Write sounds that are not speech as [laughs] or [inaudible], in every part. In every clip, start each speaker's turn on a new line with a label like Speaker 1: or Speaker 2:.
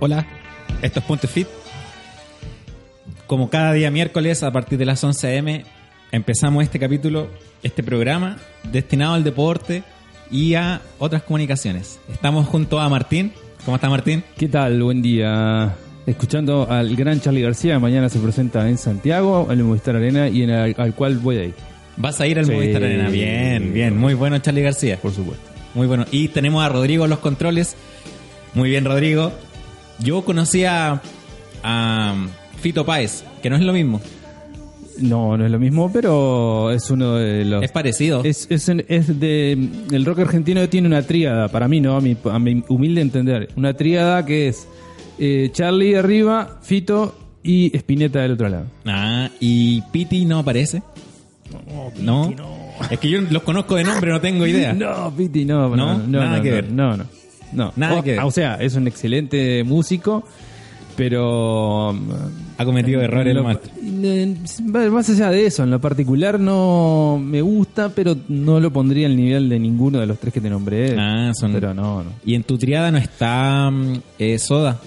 Speaker 1: Hola, esto es Punto Fit. Como cada día miércoles a partir de las 11 a.m. empezamos este capítulo, este programa destinado al deporte y a otras comunicaciones. Estamos junto a Martín. ¿Cómo está Martín?
Speaker 2: ¿Qué tal? Buen día. Escuchando al gran Charlie García, mañana se presenta en Santiago, en el Movistar Arena y en el- al cual voy a ir,
Speaker 1: Vas a ir al
Speaker 2: Sí.
Speaker 1: Movistar Arena. Bien, bien. Muy bueno, Charlie García.
Speaker 2: por supuesto.
Speaker 1: Muy bueno. Y tenemos a Rodrigo en los controles. Muy bien, Rodrigo. Yo conocí a, a Fito Páez, que no es lo mismo.
Speaker 2: No, no es lo mismo, pero es uno de los...
Speaker 1: Es parecido.
Speaker 2: Es, es, un- es de. El rock argentino tiene una tríada, para mí, ¿no? A mi, a mi humilde entender. Una tríada que es eh, Charlie arriba, Fito y Spinetta del otro lado.
Speaker 1: Ah, y Piti no aparece. No, Es que yo los conozco de nombre, no tengo idea.
Speaker 2: [laughs] No, Piti, no, no, no, no,
Speaker 1: nada
Speaker 2: no,
Speaker 1: que ver.
Speaker 2: No, no. no.
Speaker 1: Nada
Speaker 2: o,
Speaker 1: que ver.
Speaker 2: O sea, es un excelente músico, pero.
Speaker 1: Ha cometido errores el
Speaker 2: lo-
Speaker 1: maestro.
Speaker 2: eh, Más allá de eso, en lo particular no me gusta, pero no lo pondría al nivel de ninguno de los tres que te nombré.
Speaker 1: Ah, son-
Speaker 2: Pero no, no.
Speaker 1: Y en tu triada no está mm, eh, Soda.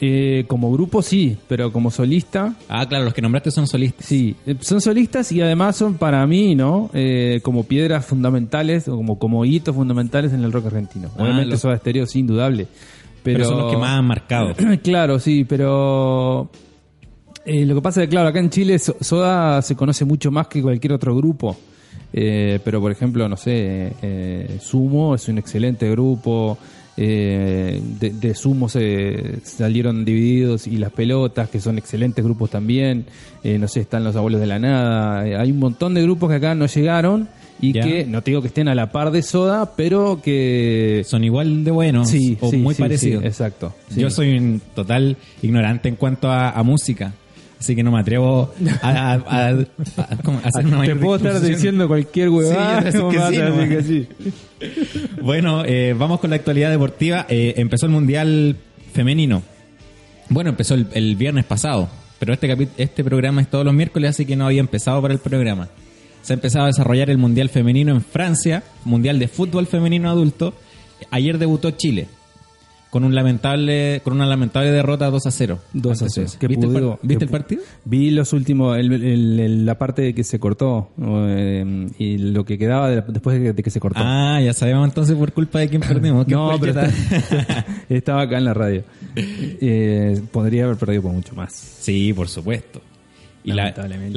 Speaker 2: Eh, como grupo sí, pero como solista
Speaker 1: Ah, claro, los que nombraste son solistas.
Speaker 2: sí. Eh, Son solistas y además son para mí, ¿no? Eh, como piedras fundamentales o como, como hitos fundamentales en el rock argentino.
Speaker 1: Ah,
Speaker 2: Obviamente
Speaker 1: los-
Speaker 2: Soda Stereo es indudable. Pero...
Speaker 1: Pero, son los que más han
Speaker 2: [clears throat]
Speaker 1: marcado.
Speaker 2: claro, sí, pero... eh, lo que pasa es que, claro, acá en Chile So- Soda se conoce mucho más que cualquier otro grupo. Eh, pero, por ejemplo, no sé, eh, Sumo es un excelente grupo. Eh, de, de Sumo se salieron divididos y las pelotas, que son excelentes grupos también. Eh, no sé, están los abuelos de la nada. Eh, hay un montón de grupos que acá no llegaron y
Speaker 1: Ya.
Speaker 2: que, no te digo que estén a la par de Soda, pero que...
Speaker 1: Son igual de buenos
Speaker 2: Sí,
Speaker 1: o
Speaker 2: sí,
Speaker 1: muy
Speaker 2: sí, sí,
Speaker 1: parecidos.
Speaker 2: exacto. sí.
Speaker 1: Yo soy un total ignorante en cuanto a, a música. Así que no me atrevo a, a- a- a- ¿cómo? a hacer una
Speaker 2: [laughs] Te puedo estar
Speaker 1: introducción.
Speaker 2: diciendo cualquier huevada.
Speaker 1: Sí, yo te
Speaker 2: vas a
Speaker 1: decía que sí,
Speaker 2: decir
Speaker 1: nomás.
Speaker 2: que sí.
Speaker 1: Bueno, eh, vamos con la actualidad deportiva. Eh, empezó el Mundial Femenino. Bueno, empezó el, el viernes pasado, pero este, capi- este programa es todos los miércoles, así que no había empezado para el programa. Se ha empezado a desarrollar el Mundial Femenino en Francia, Mundial de Fútbol Femenino Adulto. Ayer debutó Chile con un lamentable con una lamentable derrota 2 a 0.
Speaker 2: Dos a
Speaker 1: Ante
Speaker 2: cero.
Speaker 1: Suecia.
Speaker 2: Que
Speaker 1: ¿Viste, el, par-
Speaker 2: pudo-
Speaker 1: viste
Speaker 2: que
Speaker 1: el
Speaker 2: pu-
Speaker 1: partido?
Speaker 2: Vi los últimos, el- el- el- la parte que se cortó eh, y lo que quedaba de la- después de que, de que se cortó.
Speaker 1: Ah, ya sabemos entonces por culpa de quién perdimos. Qué
Speaker 2: no, pero
Speaker 1: puñeta. [laughs]
Speaker 2: está- [laughs] estaba acá en la radio. Eh, podría haber perdido por mucho más.
Speaker 1: Sí, por supuesto. Y la- lamentablemente.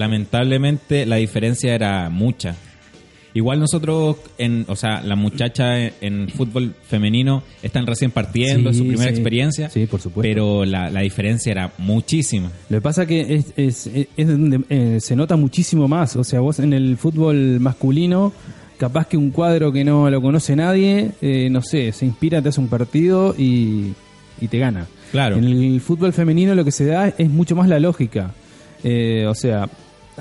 Speaker 1: La,
Speaker 2: Lamentablemente.
Speaker 1: diferencia era mucha. Igual nosotros, en, o sea, las muchachas en, en fútbol femenino están recién partiendo, es
Speaker 2: Sí,
Speaker 1: su primera
Speaker 2: sí.
Speaker 1: experiencia.
Speaker 2: Sí, por supuesto.
Speaker 1: Pero la, la diferencia era muchísima.
Speaker 2: Lo que pasa que es, es- es- es donde, eh, se nota muchísimo más. O sea, vos en el fútbol masculino, capaz que un cuadro que no lo conoce nadie, eh, no sé, se inspira, te hace un partido y, y te gana.
Speaker 1: Claro.
Speaker 2: En el fútbol femenino lo que se da es mucho más la lógica. Eh, o sea,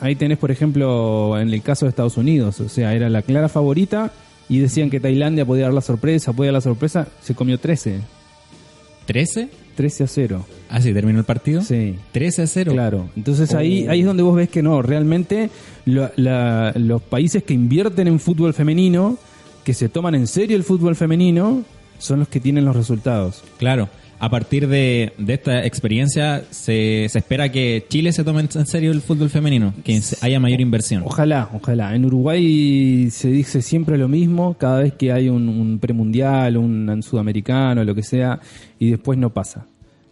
Speaker 2: ahí tenés, por ejemplo, en el caso de Estados Unidos, o sea, era la clara favorita y decían que Tailandia podía dar la sorpresa, podía dar la sorpresa, se comió 13,
Speaker 1: ¿13?
Speaker 2: 13 a 0.
Speaker 1: Ah, sí, terminó el partido.
Speaker 2: Sí.
Speaker 1: 13 a 0.
Speaker 2: Claro, entonces ahí,
Speaker 1: Oh.
Speaker 2: ahí es donde vos ves que no, realmente lo- la- los países que invierten en fútbol femenino, que se toman en serio el fútbol femenino, son los que tienen los resultados.
Speaker 1: Claro. A partir de, de esta experiencia, se, se espera que Chile se tome en serio el fútbol femenino, que se- haya mayor inversión.
Speaker 2: Ojalá, ojalá. En Uruguay se dice siempre lo mismo cada vez que hay un, un premundial, un, un sudamericano, lo que sea, y después no pasa.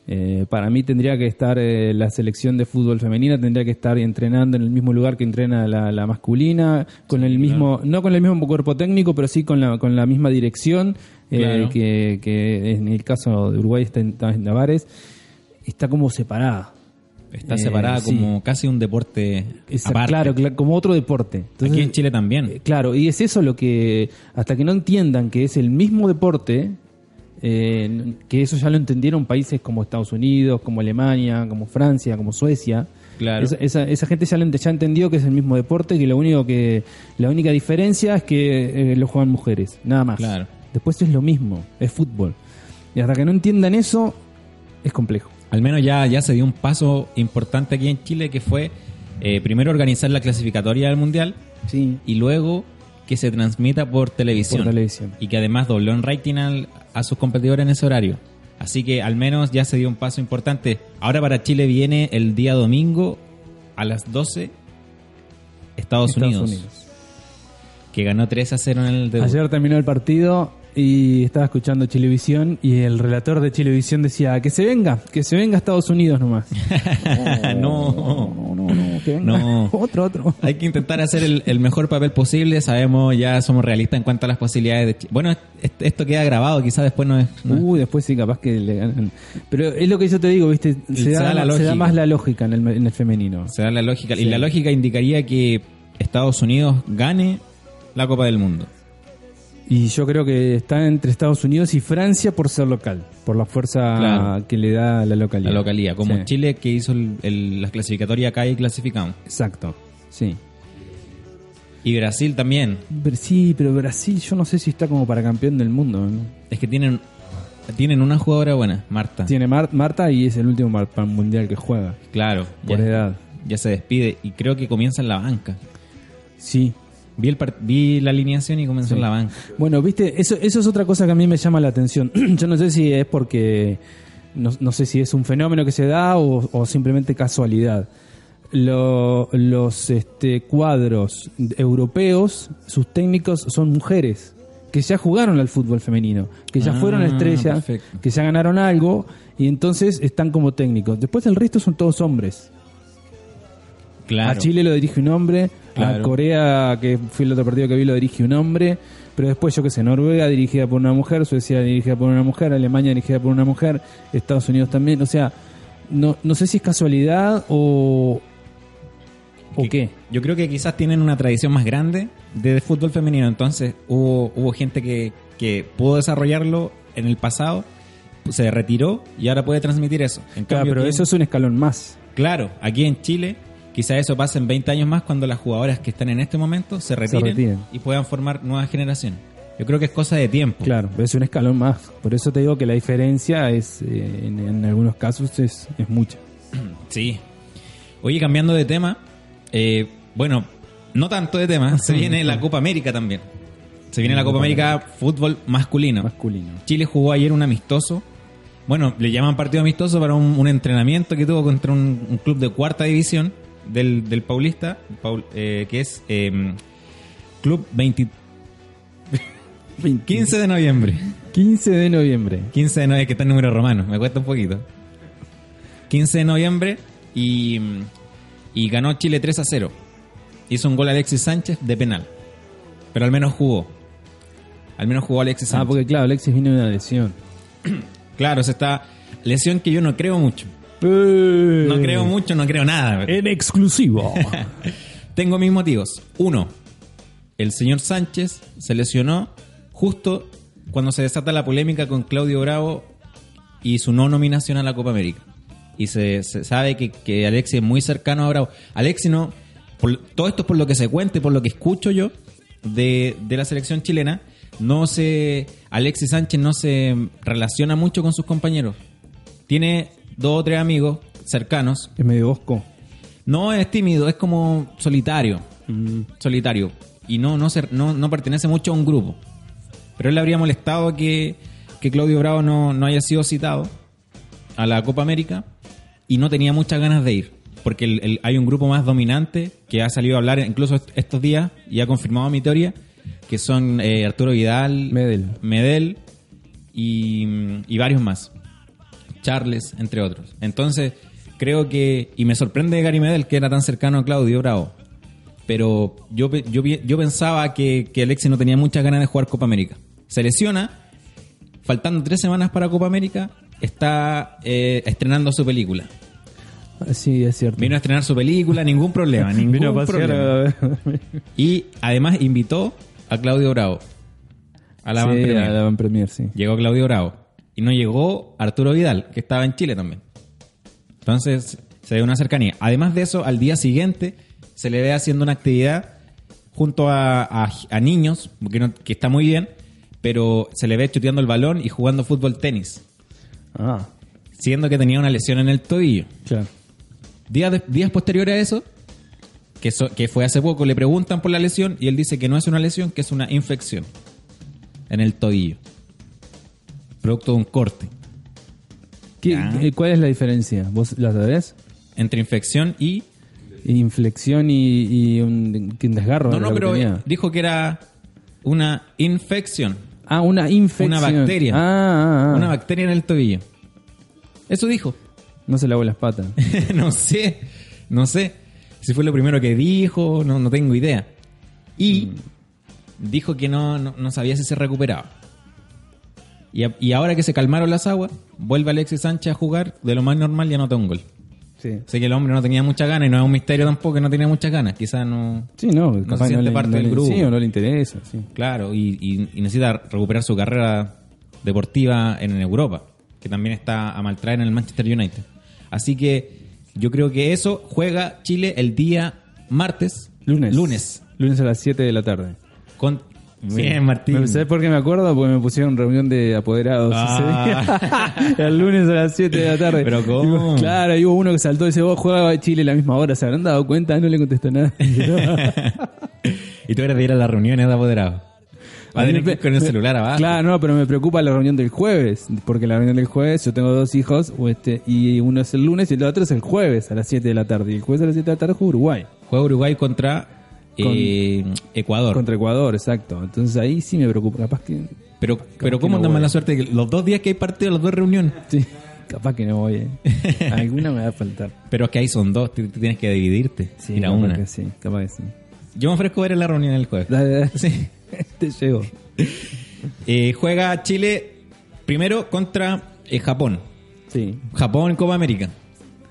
Speaker 2: Eh, para mí tendría que estar eh, la selección de fútbol femenina, tendría que estar entrenando en el mismo lugar que entrena la, la masculina, con el mismo, no con el mismo cuerpo técnico, pero sí con la, con la misma dirección, eh,
Speaker 1: Claro.
Speaker 2: que, que en el caso de Uruguay está en, está en Tavares, está como separada.
Speaker 1: está
Speaker 2: Eh,
Speaker 1: separada
Speaker 2: sí.
Speaker 1: como casi un deporte
Speaker 2: Esa-
Speaker 1: aparte.
Speaker 2: claro, cla- como otro deporte. Entonces,
Speaker 1: Aquí en Chile también.
Speaker 2: eh, Claro, y es eso lo que, hasta que no entiendan que es el mismo deporte, eh, que eso ya lo entendieron países como Estados Unidos, como Alemania, como Francia, como Suecia.
Speaker 1: Claro.
Speaker 2: Esa, esa- esa gente ya, lo ent- ya entendió que es el mismo deporte, que lo único que la única diferencia es que eh, lo juegan mujeres, nada más.
Speaker 1: Claro.
Speaker 2: Después es lo mismo, es fútbol. Y hasta que no entiendan eso, es complejo.
Speaker 1: Al menos ya, ya se dio un paso importante aquí en Chile que fue eh, primero organizar la clasificatoria del Mundial
Speaker 2: Sí.
Speaker 1: y luego que se transmita por televisión.
Speaker 2: Por televisión.
Speaker 1: Y que además dobló en rating al- a sus competidores en ese horario. Así que al menos ya se dio un paso importante. Ahora para Chile viene el día domingo a las 12 Estados, Unidos, que ganó 3 a 0 en el debut.
Speaker 2: Ayer terminó el partido y estaba escuchando Chilevisión y el relator de Chilevisión decía que se venga, que se venga a Estados Unidos nomás.
Speaker 1: [laughs] no.
Speaker 2: [laughs] no, no, que venga.
Speaker 1: No.
Speaker 2: [laughs] otro, otro.
Speaker 1: Hay que intentar hacer el, el mejor papel posible. Sabemos, ya somos realistas en cuanto a las posibilidades de Chile. Bueno, est- esto queda grabado, quizás después no es. no es-
Speaker 2: Uy, después sí, capaz que le ganan. Pero es lo que yo te digo, ¿viste?
Speaker 1: Se
Speaker 2: Se,
Speaker 1: da
Speaker 2: da,
Speaker 1: la
Speaker 2: se da
Speaker 1: lógica.
Speaker 2: más la lógica en el, en el femenino.
Speaker 1: se da la lógica. Y
Speaker 2: Uh. Sí.
Speaker 1: la lógica indicaría que Estados Unidos gane la Copa del Mundo.
Speaker 2: Y yo creo que está entre Estados Unidos y Francia por ser local, por la fuerza
Speaker 1: Claro.
Speaker 2: que le da la localidad.
Speaker 1: La localía, como
Speaker 2: Sí.
Speaker 1: Chile que hizo el- el- la clasificatoria acá y clasificamos.
Speaker 2: Exacto, sí.
Speaker 1: Y Brasil también.
Speaker 2: Pero sí, pero Brasil yo no sé si está como para campeón del mundo. ¿no?
Speaker 1: Es que tienen, tienen una jugadora buena, Marta.
Speaker 2: Tiene Mar- Marta y es el último Mar- pan mundial que juega.
Speaker 1: Claro,
Speaker 2: Por
Speaker 1: ya,
Speaker 2: edad.
Speaker 1: ya se despide y creo que comienza en la banca.
Speaker 2: Sí.
Speaker 1: Vi, el par- vi la alineación y comenzó
Speaker 2: Sí.
Speaker 1: en la banca.
Speaker 2: Bueno, viste, eso, eso es otra cosa que a mí me llama la atención. [clears throat] Yo no sé si es porque. No, no sé si es un fenómeno que se da o, o simplemente casualidad. Lo- los este, cuadros europeos, sus técnicos son mujeres que ya jugaron al fútbol femenino, que ya
Speaker 1: Ah,
Speaker 2: fueron estrellas,
Speaker 1: perfecto.
Speaker 2: que ya ganaron algo y entonces están como técnicos. Después el resto son todos hombres.
Speaker 1: Claro.
Speaker 2: A Chile lo dirige un hombre,
Speaker 1: Claro.
Speaker 2: a Corea, que fue el otro partido que vi, lo dirige un hombre, pero después yo qué sé, Noruega dirigida por una mujer, Suecia dirigida por una mujer, Alemania dirigida por una mujer, Estados Unidos también, o sea, no, no sé si es casualidad o... ¿O
Speaker 1: Que-
Speaker 2: qué?
Speaker 1: Yo creo que quizás tienen una tradición más grande de fútbol femenino, entonces hubo, hubo gente que, que pudo desarrollarlo en el pasado, se retiró y ahora puede transmitir eso. En
Speaker 2: Claro,
Speaker 1: cambio,
Speaker 2: pero
Speaker 1: aquí-
Speaker 2: eso es un escalón más.
Speaker 1: claro, aquí en Chile quizás eso pase en 20 años más cuando las jugadoras que están en este momento se retiren,
Speaker 2: retiren.
Speaker 1: y puedan formar nuevas generaciones. Yo creo que es cosa de tiempo.
Speaker 2: Claro, es un escalón más. Por eso te digo que la diferencia es, eh, en, en algunos casos, es, es mucha.
Speaker 1: Sí. Oye, cambiando de tema, eh, bueno, no tanto de
Speaker 2: [laughs]
Speaker 1: tema, se viene la Copa América también. Se viene la Copa América fútbol masculino.
Speaker 2: Masculino.
Speaker 1: Chile jugó ayer un amistoso. Bueno, le llaman partido amistoso para un, un entrenamiento que tuvo contra un, un club de cuarta división del, del Paulista, Paul- eh, que es eh, Club 20 15 de noviembre.
Speaker 2: 15 de noviembre.
Speaker 1: 15 de noviembre, que está en número romano, me cuesta un poquito. 15 de noviembre y, y ganó Chile 3 a 0. Hizo un gol Alexis Sánchez de penal. Pero al menos jugó. Al menos jugó Alexis
Speaker 2: Ah,
Speaker 1: Sánchez.
Speaker 2: porque claro, Alexis vino de una lesión.
Speaker 1: Claro, se está. Lesión que yo no creo mucho. No creo mucho, no creo nada.
Speaker 2: Eh, En [laughs] exclusivo.
Speaker 1: Tengo mis motivos. Uno, el señor Sánchez se lesionó justo cuando se desata la polémica con Claudio Bravo y su no nominación a la Copa América. Y se, se sabe que, que Alexis es muy cercano a Bravo. Alexis no, por- todo esto es por lo que se cuente, por lo que escucho yo de, de la selección chilena. No se, Alexis Sánchez no se relaciona mucho con sus compañeros. Tiene dos o tres amigos cercanos,
Speaker 2: es medio bosco.
Speaker 1: no es tímido, es como solitario. Solitario. Y no, no, se- no, no pertenece mucho a un grupo. Pero él le habría molestado que, que Claudio Bravo no, no haya sido citado a la Copa América y no tenía muchas ganas de ir. Porque el- el- hay un grupo más dominante que ha salido a hablar incluso est- estos días y ha confirmado mi teoría, que son eh, Arturo Vidal,
Speaker 2: Medel.
Speaker 1: Medel y, y varios más. Charles, entre otros. Entonces, creo que. Y me sorprende Gary Medel, que era tan cercano a Claudio Bravo. Pero yo, pe- yo, vi- yo pensaba que, que Alexis no tenía muchas ganas de jugar Copa América. Se lesiona, faltando tres semanas para Copa América, está eh, estrenando su película.
Speaker 2: Sí, es cierto.
Speaker 1: Vino a estrenar su
Speaker 2: [laughs]
Speaker 1: película, ningún problema, ningún
Speaker 2: Vino a pasear
Speaker 1: problema. Y además invitó a Claudio Bravo. A la
Speaker 2: sí,
Speaker 1: van premier.
Speaker 2: a la Van Premier, sí.
Speaker 1: Llegó Claudio Bravo. Y no llegó Arturo Vidal, que estaba en Chile también. Entonces, se ve una cercanía. Además de eso, al día siguiente se le ve haciendo una actividad junto a, a- a niños, que, no- que está muy bien, pero se le ve chuteando el balón y jugando fútbol tenis,
Speaker 2: Ah,
Speaker 1: siendo que tenía una lesión en el tobillo.
Speaker 2: claro.
Speaker 1: Días, de- días posteriores a eso, que, so- que fue hace poco, le preguntan por la lesión y él dice que no es una lesión, que es una infección en el tobillo. Producto de un corte.
Speaker 2: ¿Qué-
Speaker 1: Ah.
Speaker 2: eh, ¿Cuál es la diferencia? ¿Vos la sabés?
Speaker 1: Entre infección y...
Speaker 2: Inflexión y, y un, que un desgarro.
Speaker 1: No,
Speaker 2: era
Speaker 1: no,
Speaker 2: lo que
Speaker 1: pero eh,
Speaker 2: tenía.
Speaker 1: dijo que era una infección.
Speaker 2: Ah, una infección.
Speaker 1: Una bacteria.
Speaker 2: Ah, ah, ah.
Speaker 1: Una bacteria en el tobillo. Eso dijo. [laughs]
Speaker 2: No se lavó las patas.
Speaker 1: no sé, no sé. Si fue lo primero que dijo, no, no tengo idea. Y
Speaker 2: Mm.
Speaker 1: dijo que no, no, no sabía si se recuperaba. Y, a- y ahora que se calmaron las aguas, vuelve Alexis Sánchez a jugar de lo más normal y anota un gol.
Speaker 2: Sí.
Speaker 1: Sé que el hombre no tenía muchas ganas y no es un misterio tampoco que no tenía muchas ganas. Quizás no...
Speaker 2: Sí, no.
Speaker 1: No
Speaker 2: capaz
Speaker 1: se siente
Speaker 2: le-
Speaker 1: parte
Speaker 2: no
Speaker 1: del
Speaker 2: le-
Speaker 1: grupo.
Speaker 2: Sí, o no le interesa. Sí.
Speaker 1: Claro, y, y- y necesita recuperar su carrera deportiva en Europa, que también está a maltraer en el Manchester United. Así que yo creo que eso juega Chile el día martes.
Speaker 2: Lunes.
Speaker 1: Lunes.
Speaker 2: Lunes a las 7 de la tarde.
Speaker 1: Con... Bien, Martín.
Speaker 2: Me- ¿Sabés por qué me acuerdo? Porque me pusieron reunión de apoderados.
Speaker 1: Ah.
Speaker 2: ese día. [laughs] el lunes a las 7 de la tarde.
Speaker 1: Pero ¿cómo?
Speaker 2: Y, claro, y hubo uno que saltó y dice, vos jugabas a Chile a la misma hora, ¿se habrán dado cuenta? No le
Speaker 1: [laughs]
Speaker 2: contestó nada.
Speaker 1: y tú eres de ir a las reuniones de apoderados. Va a tener que ir con el
Speaker 2: Me-
Speaker 1: celular abajo.
Speaker 2: Claro, no, pero me preocupa la reunión del jueves, porque la reunión del jueves, yo tengo dos hijos, o este, y uno es el lunes y el otro es el jueves a las 7 de la tarde. Y el jueves a las 7 de la tarde juega Uruguay.
Speaker 1: Juega Uruguay contra
Speaker 2: Con-
Speaker 1: eh, Ecuador.
Speaker 2: Contra Ecuador, exacto. Entonces ahí sí me preocupa. Capaz que.
Speaker 1: Pero, pero
Speaker 2: que
Speaker 1: ¿cómo
Speaker 2: no
Speaker 1: andan
Speaker 2: voy.
Speaker 1: mala suerte? que Los dos días que hay partido, las dos reuniones.
Speaker 2: sí, capaz que no voy,
Speaker 1: [laughs]
Speaker 2: eh. Alguna me va a faltar.
Speaker 1: Pero es que ahí son dos, tú- tú tienes que dividirte.
Speaker 2: Sí,
Speaker 1: ir a
Speaker 2: capaz
Speaker 1: una.
Speaker 2: que sí, capaz que sí.
Speaker 1: Yo me ofrezco a ver en la reunión el jueves.
Speaker 2: Dale, dale.
Speaker 1: [laughs] Sí.
Speaker 2: [laughs] Te llego.
Speaker 1: Eh, juega Chile primero contra eh, Japón.
Speaker 2: Sí.
Speaker 1: Japón en Copa América.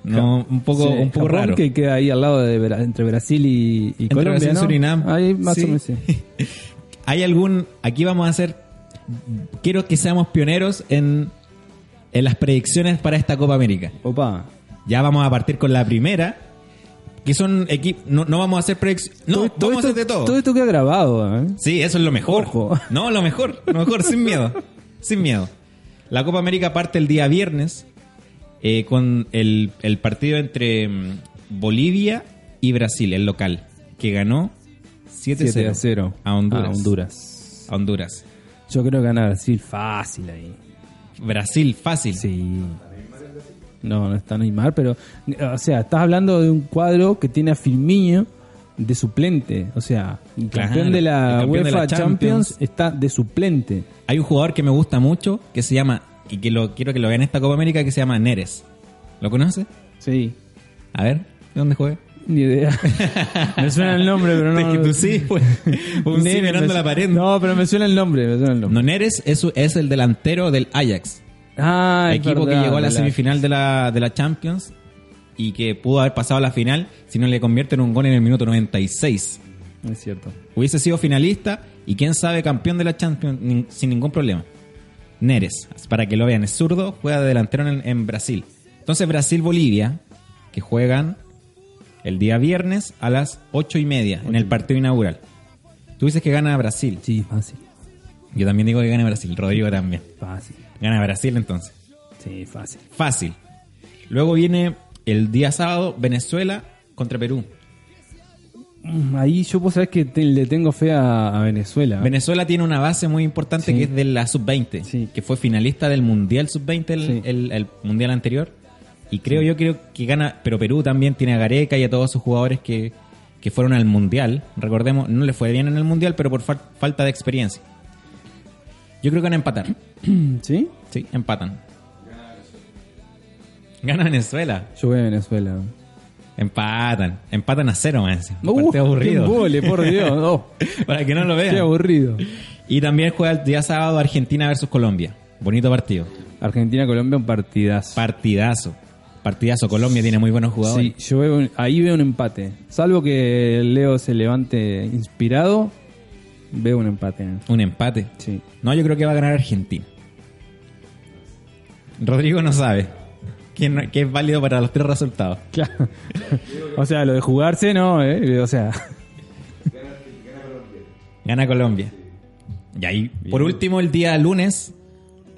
Speaker 1: No, un poco,
Speaker 2: Sí,
Speaker 1: un poco
Speaker 2: Japón,
Speaker 1: raro.
Speaker 2: que queda ahí al lado de Bra- entre Brasil y, y
Speaker 1: Entre
Speaker 2: Colombia.
Speaker 1: Brasil y
Speaker 2: ¿no?
Speaker 1: Surinam.
Speaker 2: Ahí más
Speaker 1: Sí. [laughs]
Speaker 2: o menos. sí.
Speaker 1: Hay algún. Aquí vamos a hacer. Quiero que seamos pioneros en, en las predicciones para esta Copa América.
Speaker 2: Opa.
Speaker 1: Ya vamos a partir con la primera. Que son equipos. No, no vamos a hacer predicciones. No, vamos a hacer de todo.
Speaker 2: Todo esto queda grabado, ¿eh?
Speaker 1: Sí, eso es lo mejor.
Speaker 2: Ojo.
Speaker 1: No, lo mejor, lo mejor, sin miedo. Sin miedo. La Copa América parte el día viernes eh, con el, el partido entre mm, Bolivia y Brasil, el local, que ganó 7,
Speaker 2: 7 a 0
Speaker 1: a Honduras.
Speaker 2: A Honduras.
Speaker 1: A Honduras.
Speaker 2: Yo creo que gana Brasil fácil ahí.
Speaker 1: Brasil, fácil.
Speaker 2: Sí. No, no está Neymar, pero. O sea, estás hablando de un cuadro que tiene a Firmino de suplente. O sea, el
Speaker 1: Claro,
Speaker 2: campeón de la
Speaker 1: el campeón
Speaker 2: UEFA
Speaker 1: de la
Speaker 2: Champions.
Speaker 1: Champions.
Speaker 2: está de suplente.
Speaker 1: Hay un jugador que me gusta mucho que se llama, y que lo quiero que lo vean en esta Copa América, que se llama Neres. ¿Lo conoce?
Speaker 2: Sí.
Speaker 1: A ver, ¿de dónde juega? [laughs]
Speaker 2: Ni idea. me suena el nombre, pero no.
Speaker 1: Es que tú sí,
Speaker 2: [laughs]
Speaker 1: pues, un sí
Speaker 2: Neres,
Speaker 1: mirando
Speaker 2: me-
Speaker 1: la pared.
Speaker 2: No, pero me suena el nombre, me suena el nombre.
Speaker 1: No, Neres es, es el delantero del Ajax,
Speaker 2: Ah, es
Speaker 1: equipo
Speaker 2: verdad,
Speaker 1: que llegó a la
Speaker 2: verdad.
Speaker 1: semifinal de la, de la Champions y que pudo haber pasado a la final si no le convierten un gol en el minuto 96.
Speaker 2: Es cierto.
Speaker 1: Hubiese sido finalista y quién sabe campeón de la Champions nin- sin ningún problema. Neres, para que lo vean, es zurdo, juega de delantero en, en Brasil. Entonces Brasil-Bolivia, que juegan el día viernes a las 8 y media en el partido inaugural. Tú dices que gana Brasil.
Speaker 2: Sí, fácil.
Speaker 1: Yo también digo que gana Brasil, Rodrigo también.
Speaker 2: Fácil.
Speaker 1: Gana Brasil entonces.
Speaker 2: Sí, fácil.
Speaker 1: Fácil. Luego viene el día sábado Venezuela contra Perú.
Speaker 2: Mm, Ahí yo puedo saber que te- le tengo fe a, a Venezuela.
Speaker 1: Venezuela tiene una base muy importante
Speaker 2: Sí.
Speaker 1: que es de la sub-20,
Speaker 2: Sí.
Speaker 1: que fue finalista del Mundial sub-20, el,
Speaker 2: Sí.
Speaker 1: el- el Mundial anterior. Y creo yo creo que gana, pero Perú también tiene a Gareca y a todos sus jugadores que, que fueron al Mundial. Recordemos, no le fue bien en el Mundial, pero por fal- falta de experiencia. Yo creo que van a empatar.
Speaker 2: [clears throat] ¿Sí?
Speaker 1: Sí, empatan. Gana Venezuela.
Speaker 2: Yo voy a Venezuela.
Speaker 1: Empatan, empatan a cero, man. Un
Speaker 2: Uh,
Speaker 1: partido aburrido.
Speaker 2: qué embole, por Dios. no.
Speaker 1: [laughs] Para que no lo
Speaker 2: Qué
Speaker 1: vean.
Speaker 2: aburrido.
Speaker 1: Y también juega el día sábado Argentina versus Colombia. Bonito partido.
Speaker 2: Argentina-Colombia, un partidazo.
Speaker 1: Partidazo. partidazo. Colombia tiene muy buenos jugadores.
Speaker 2: Sí, yo veo un- ahí veo un empate. Salvo que el Leo se levante inspirado, veo un empate.
Speaker 1: Un empate.
Speaker 2: Sí.
Speaker 1: No, yo creo que va a ganar Argentina. Rodrigo no sabe que, no- que es válido para los tres resultados.
Speaker 2: Claro. [laughs] o sea, lo de jugarse no, ¿eh? O sea, [laughs]
Speaker 1: Gana Colombia. Y ahí, por último, el día lunes,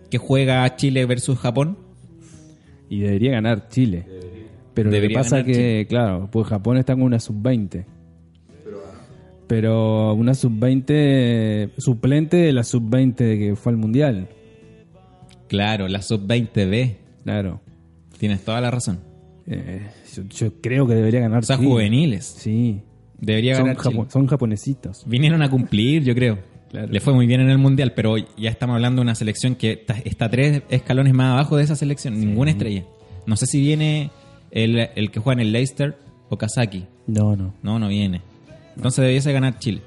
Speaker 1: que juega Chile versus Japón.
Speaker 2: y debería ganar Chile. Pero
Speaker 1: Debería
Speaker 2: lo que pasa
Speaker 1: ganar
Speaker 2: que,
Speaker 1: Chile.
Speaker 2: claro, pues Japón está con una sub-20. ah. Pero una sub-20 suplente de la sub-20 que fue al Mundial.
Speaker 1: Claro, la sub-20B.
Speaker 2: Claro.
Speaker 1: Tienes toda la razón.
Speaker 2: Eh, yo, yo creo que debería ganar
Speaker 1: O sea,
Speaker 2: Chile.
Speaker 1: juveniles.
Speaker 2: Sí.
Speaker 1: Debería
Speaker 2: Son,
Speaker 1: ganar Chile.
Speaker 2: japo- son japonesitos.
Speaker 1: Vinieron a cumplir, yo creo.
Speaker 2: Claro.
Speaker 1: Le fue muy bien en el Mundial, pero hoy ya estamos hablando de una selección que está, está tres escalones más abajo de esa selección. Ninguna estrella. No sé si viene el, el que juega en el Leicester o Kazaki.
Speaker 2: No, no.
Speaker 1: No, no viene. Entonces debiese ganar Chile.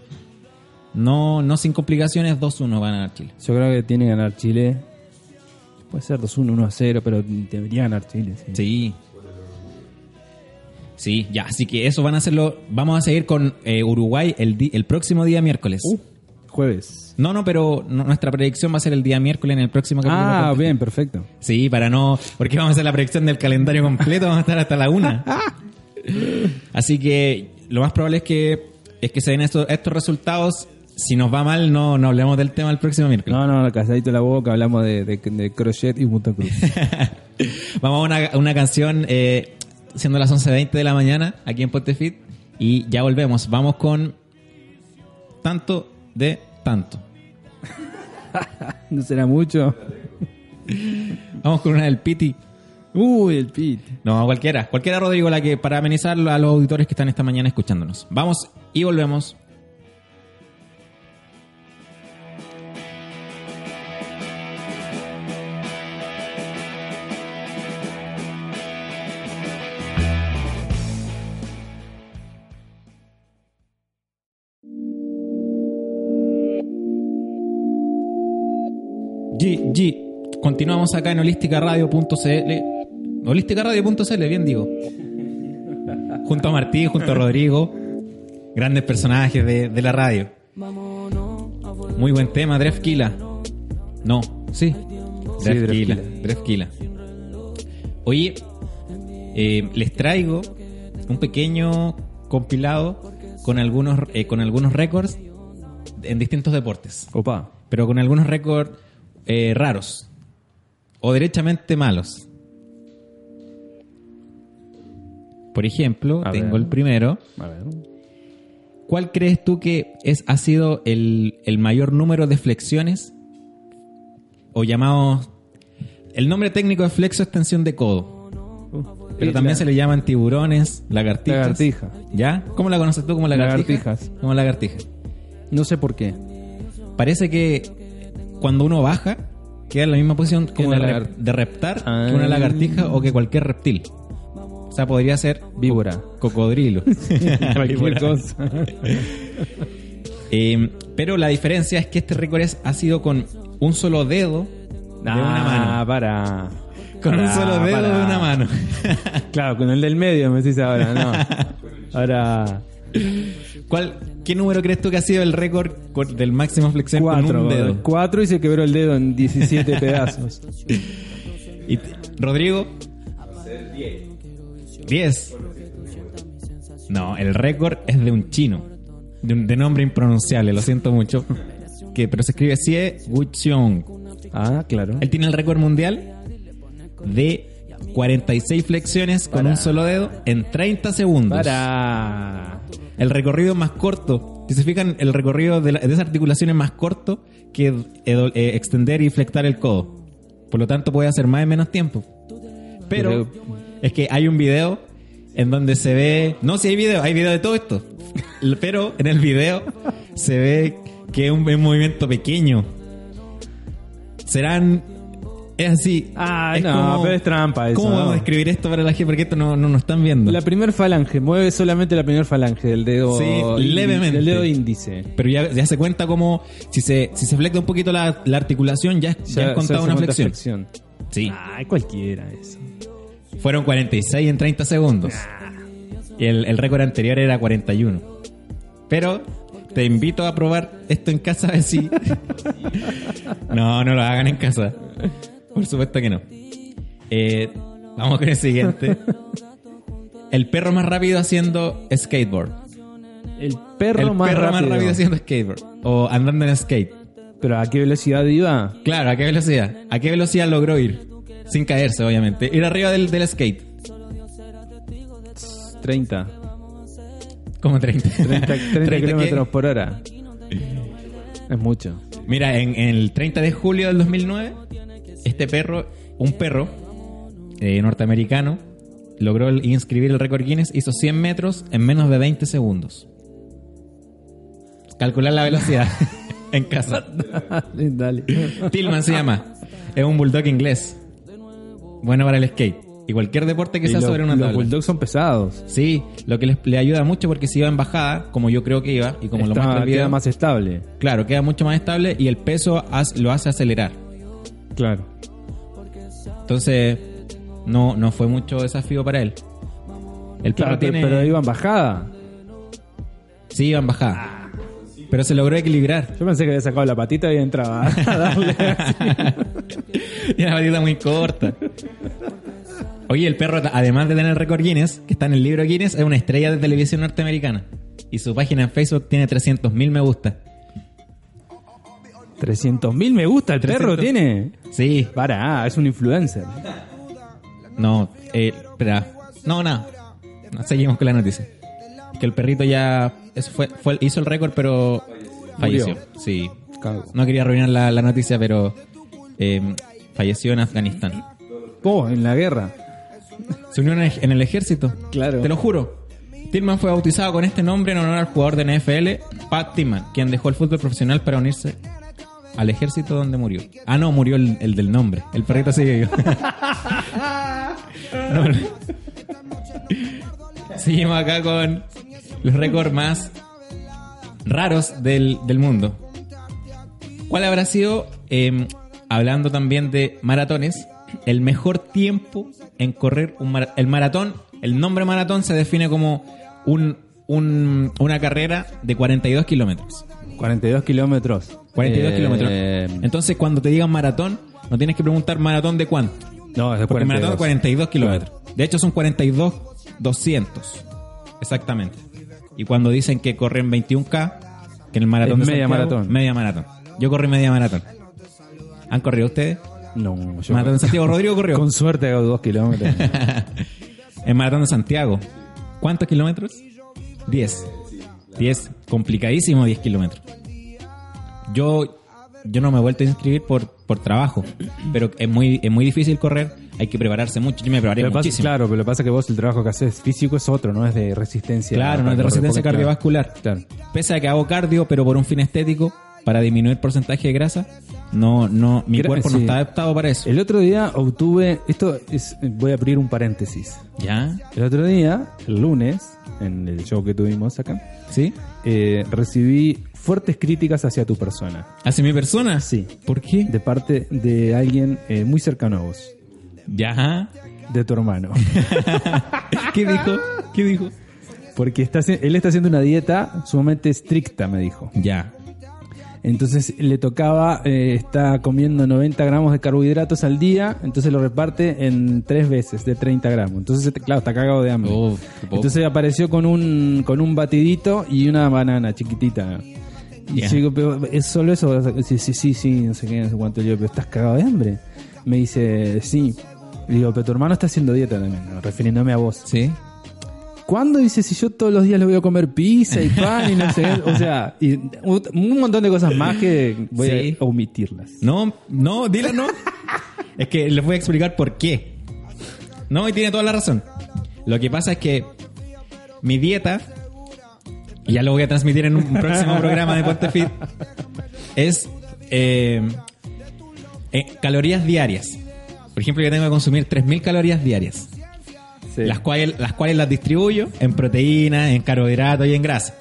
Speaker 1: No, no sin complicaciones, 2-1 va a ganar Chile.
Speaker 2: Yo creo que tiene que ganar Chile. Puede ser 2-1, 1-0, pero debería ganar Chile. Sí.
Speaker 1: Sí. Sí, ya, así que eso van a hacerlo. Vamos a seguir con eh, Uruguay el, di- el próximo día miércoles.
Speaker 2: Uh, jueves.
Speaker 1: No, no, pero no- nuestra predicción va a ser el día miércoles en el próximo capítulo.
Speaker 2: Ah,
Speaker 1: Podcast.
Speaker 2: bien, perfecto.
Speaker 1: Sí, para no. Porque vamos a hacer la predicción del calendario completo, vamos a estar hasta la
Speaker 2: [laughs]
Speaker 1: una. Así que lo más probable es que, es que se den estos, estos resultados. Si nos va mal, no, no hablemos del tema el próximo miércoles.
Speaker 2: No, no, calladito la boca, hablamos de, de- de crochet y
Speaker 1: [laughs]
Speaker 2: punto cruz.
Speaker 1: Vamos a una, a una canción eh, siendo las 11.20 de la mañana aquí en Pontefit y ya volvemos. Vamos con tanto de tanto.
Speaker 2: no será mucho.
Speaker 1: Vamos con una del Piti.
Speaker 2: Uy, el pit.
Speaker 1: No, cualquiera. Cualquiera, Rodrigo, la que para amenizar a los auditores que están esta mañana escuchándonos. Vamos y volvemos. G, G. Continuamos acá en holísticaradio.cl. Holísticaradio.cl, bien digo. Junto a Martí, junto a Rodrigo. Grandes personajes de, de la radio. Muy buen tema, Drefkila. No, sí.
Speaker 2: Sí,
Speaker 1: Drefkila.
Speaker 2: Drefkila.
Speaker 1: Drefkila. Oye, eh, les traigo un pequeño compilado con algunos, eh, con algunos récords en distintos deportes
Speaker 2: Opa.
Speaker 1: pero con algunos récords eh, raros o derechamente malos. Por ejemplo,
Speaker 2: A
Speaker 1: tengo
Speaker 2: ver.
Speaker 1: el primero.
Speaker 2: A ver.
Speaker 1: ¿Cuál crees tú que es, ha sido el, el mayor número de flexiones o llamados... El nombre técnico de flexo es tensión de codo, pero también se le llaman tiburones, lagartijas.
Speaker 2: Lagartija.
Speaker 1: ¿Ya? ¿Cómo la conoces tú como lagartija?
Speaker 2: Lagartijas.
Speaker 1: Como lagartija.
Speaker 2: No sé por qué.
Speaker 1: Parece que cuando uno baja, queda en la misma posición como
Speaker 2: una
Speaker 1: de,
Speaker 2: lagar-
Speaker 1: rep- de reptar
Speaker 2: Ah.
Speaker 1: que una lagartija o que cualquier reptil. O sea, podría ser
Speaker 2: Víbora.
Speaker 1: cocodrilo.
Speaker 2: [laughs] Cualquier
Speaker 1: Víbora.
Speaker 2: cosa.
Speaker 1: Eh, pero la diferencia es que este récord es- ha sido con un solo dedo de
Speaker 2: [laughs]
Speaker 1: una
Speaker 2: Ah,
Speaker 1: mano.
Speaker 2: para.
Speaker 1: Con un
Speaker 2: Pará,
Speaker 1: solo dedo
Speaker 2: pará.
Speaker 1: de una mano. [laughs]
Speaker 2: Claro, con el del medio me decís ahora, no. Ahora.
Speaker 1: ¿Cuál, ¿Qué número crees tú que ha sido el récord con- del máximo flexión con
Speaker 2: Cuatro.
Speaker 1: un dedo?
Speaker 2: Cuatro y se quebró el dedo
Speaker 1: [laughs]
Speaker 2: en 17 pedazos.
Speaker 1: Y t- Rodrigo. 10. No, el récord es de un chino. De, un- de nombre impronunciable, lo siento mucho. Que, pero se escribe Sie Wuxiong.
Speaker 2: Ah, claro.
Speaker 1: Él tiene el récord mundial de 46 flexiones con un solo dedo en 30 segundos.
Speaker 2: Para.
Speaker 1: El recorrido más corto. Si se fijan, el recorrido de, la- de esas articulaciones más corto que eh, do- eh, extender y flectar el codo. Por lo tanto, puede hacer más en menos tiempo. Pero
Speaker 2: Pero-
Speaker 1: es que hay un video en donde se ve. No, si hay video, hay video de todo esto. L- Pero en el video se ve que es un, es un movimiento pequeño. Serán. Es así.
Speaker 2: Ah,
Speaker 1: Es
Speaker 2: no, pero es trampa eso,
Speaker 1: ¿Cómo
Speaker 2: no.
Speaker 1: vamos a describir esto para la gente? Porque esto no, no nos están viendo.
Speaker 2: La primer falange, mueve solamente la primer falange del dedo.
Speaker 1: Sí,
Speaker 2: indi-
Speaker 1: levemente.
Speaker 2: Del dedo índice.
Speaker 1: Pero ya, ya se cuenta como si se, si se flecta un poquito la, la articulación, ya, ya, han
Speaker 2: se
Speaker 1: contado
Speaker 2: hace
Speaker 1: una
Speaker 2: cuenta
Speaker 1: flexión.
Speaker 2: flexión.
Speaker 1: Sí.
Speaker 2: Ay, cualquiera eso.
Speaker 1: Fueron 46 en 30 segundos. Y el, el récord anterior era 41. Pero te invito a probar esto en casa así. [laughs] no, no lo hagan en casa. Por supuesto que no. Eh, vamos con el siguiente. El perro más rápido haciendo skateboard.
Speaker 2: El perro,
Speaker 1: el
Speaker 2: más,
Speaker 1: perro
Speaker 2: rápido.
Speaker 1: más rápido haciendo skateboard. O andando en skate.
Speaker 2: Pero a qué velocidad iba?
Speaker 1: Claro, ¿a qué velocidad? ¿A qué velocidad logró ir? Sin caerse, obviamente. Ir arriba del, del skate.
Speaker 2: 30.
Speaker 1: Como
Speaker 2: [laughs]
Speaker 1: 30. [laughs]
Speaker 2: 30, 30
Speaker 1: ¿qué?
Speaker 2: kilómetros por hora. Es mucho. [laughs]
Speaker 1: Mira, en, en el 30 de julio del 2009, este perro, un perro eh, norteamericano, logró el- inscribir el récord Guinness, hizo 100 metros en menos de 20 segundos. Calcular la velocidad [laughs] en casa.
Speaker 2: Dale, dale.
Speaker 1: Tillman se llama. Es un bulldog inglés. Bueno para el skate. Y cualquier deporte que
Speaker 2: Y
Speaker 1: sea
Speaker 2: los-
Speaker 1: sobre una
Speaker 2: los
Speaker 1: tabla.
Speaker 2: bulldogs son pesados.
Speaker 1: Sí, lo que les, le ayuda mucho porque si iba en bajada, como yo creo que iba, y como lo
Speaker 2: Está-
Speaker 1: muestra el
Speaker 2: queda
Speaker 1: video,
Speaker 2: más estable.
Speaker 1: claro, queda mucho más estable y el peso haz- lo hace acelerar.
Speaker 2: Claro.
Speaker 1: Entonces, no, no fue mucho desafío para él. El perro
Speaker 2: Claro, pero,
Speaker 1: tiene...
Speaker 2: pero iba en bajada.
Speaker 1: Sí, iba en bajada. Pero se logró
Speaker 2: [laughs]
Speaker 1: equilibrar.
Speaker 2: Yo pensé que había sacado la patita y entraba [laughs] a darle.
Speaker 1: Tiene la patita muy corta. Oye, el perro, además de tener el récord Guinness, que está en el libro Guinness, es una estrella de televisión norteamericana. Y su página en Facebook tiene 300.000 me gusta.
Speaker 2: 300.000 me gusta el perro
Speaker 1: 300.
Speaker 2: tiene.
Speaker 1: Sí,
Speaker 2: Para, es un influencer.
Speaker 1: No, eh, espera. No, nada. No, seguimos con la noticia. Que el perrito ya eso fue, fue- hizo el récord, pero falleció.
Speaker 2: Murió.
Speaker 1: Sí.
Speaker 2: Cago.
Speaker 1: No quería arruinar la, la noticia, pero eh, falleció en Afganistán.
Speaker 2: Oh, en la guerra.
Speaker 1: Se unió en el, en el ejército.
Speaker 2: Claro.
Speaker 1: Te lo juro. Tillman fue bautizado con este nombre en honor al jugador de NFL, Pat Tillman, quien dejó el fútbol profesional para unirse al ejército donde murió. Ah, no, murió el, el del nombre. El perrito sigue vivo. [laughs] No, no. Seguimos acá con los récords más raros del, del mundo. ¿Cuál habrá sido, eh, hablando también de maratones, el mejor tiempo en correr un mara- el maratón? El nombre maratón se define como un, un- una carrera de 42 kilómetros.
Speaker 2: 42 kilómetros.
Speaker 1: 42
Speaker 2: Eh,
Speaker 1: kilómetros. Entonces, cuando te digan maratón, no tienes que preguntar maratón de cuánto.
Speaker 2: No, es de
Speaker 1: Porque
Speaker 2: 42.
Speaker 1: maratón es 42 kilómetros. De hecho, son 42 200. Exactamente. Y cuando dicen que corren 21K, que en el maratón
Speaker 2: Es
Speaker 1: de
Speaker 2: media
Speaker 1: Santiago,
Speaker 2: maratón.
Speaker 1: Media maratón. Yo corrí media maratón. ¿Han corrido ustedes?
Speaker 2: No, yo.
Speaker 1: Maratón de Santiago. Rodrigo corrió.
Speaker 2: Con suerte hago
Speaker 1: [laughs]
Speaker 2: 2 kilómetros.
Speaker 1: En Maratón de Santiago. ¿Cuántos kilómetros? 10. 10. Complicadísimo 10 kilómetros. Yo, yo no me he vuelto a inscribir por, por trabajo, pero es muy, es muy difícil correr. Hay que prepararse mucho. Yo me preparé
Speaker 2: Lo que pasa-
Speaker 1: muchísimo.
Speaker 2: claro, pero lo que pasa es que vos el trabajo que haces físico es otro, no es de resistencia.
Speaker 1: Claro, no es de
Speaker 2: para correr,
Speaker 1: resistencia
Speaker 2: porque,
Speaker 1: cardiovascular.
Speaker 2: Claro.
Speaker 1: Pese a que hago cardio, pero por un fin estético, para disminuir el porcentaje de grasa, no, no, mi
Speaker 2: Gra-
Speaker 1: cuerpo no
Speaker 2: sí.
Speaker 1: está adaptado para eso.
Speaker 2: El otro día obtuve, esto es, voy a abrir un paréntesis.
Speaker 1: ¿Ya?
Speaker 2: El otro día, el lunes, en el show que tuvimos acá,
Speaker 1: ¿Sí?
Speaker 2: eh, recibí fuertes críticas hacia tu persona,
Speaker 1: ¿Hacia mi persona?
Speaker 2: Sí.
Speaker 1: ¿Por qué?
Speaker 2: de parte de alguien eh, muy cercano a vos,
Speaker 1: ¿Ya? [laughs]
Speaker 2: de tu hermano. [laughs]
Speaker 1: ¿Qué dijo? ¿Qué dijo?
Speaker 2: Porque está, haci- él está haciendo una dieta sumamente estricta, me dijo.
Speaker 1: Ya.
Speaker 2: Entonces le tocaba, eh, está comiendo 90 gramos de carbohidratos al día, entonces lo reparte en tres veces de 30 gramos. Entonces, este- claro, está cagado de hambre.
Speaker 1: Uf, qué poco.
Speaker 2: entonces apareció con un, con un batidito y una banana chiquitita. Y
Speaker 1: Ya.
Speaker 2: yo digo, pero ¿es solo eso? Sí, sí, sí, sí, no sé qué, no sé cuánto. Le digo, pero estás cagado de hambre. Me dice, sí. Le digo, pero tu hermano está haciendo dieta también, refiriéndome a vos.
Speaker 1: Sí.
Speaker 2: ¿Cuándo dice si yo todos los días le voy a comer pizza y pan y no
Speaker 1: [laughs]
Speaker 2: sé qué? O sea, y un un montón de cosas más que voy
Speaker 1: Sí.
Speaker 2: a omitirlas.
Speaker 1: No, no, dilo no. es que les voy a explicar por qué. No, y tiene toda la razón. Lo que pasa es que mi dieta, y ya lo voy a transmitir en un próximo programa de Ponte Fit, es eh, eh, calorías diarias. Por ejemplo, yo tengo que consumir 3.000 calorías diarias, las, cuales, las cuales las distribuyo en proteínas, en carbohidratos y en grasa.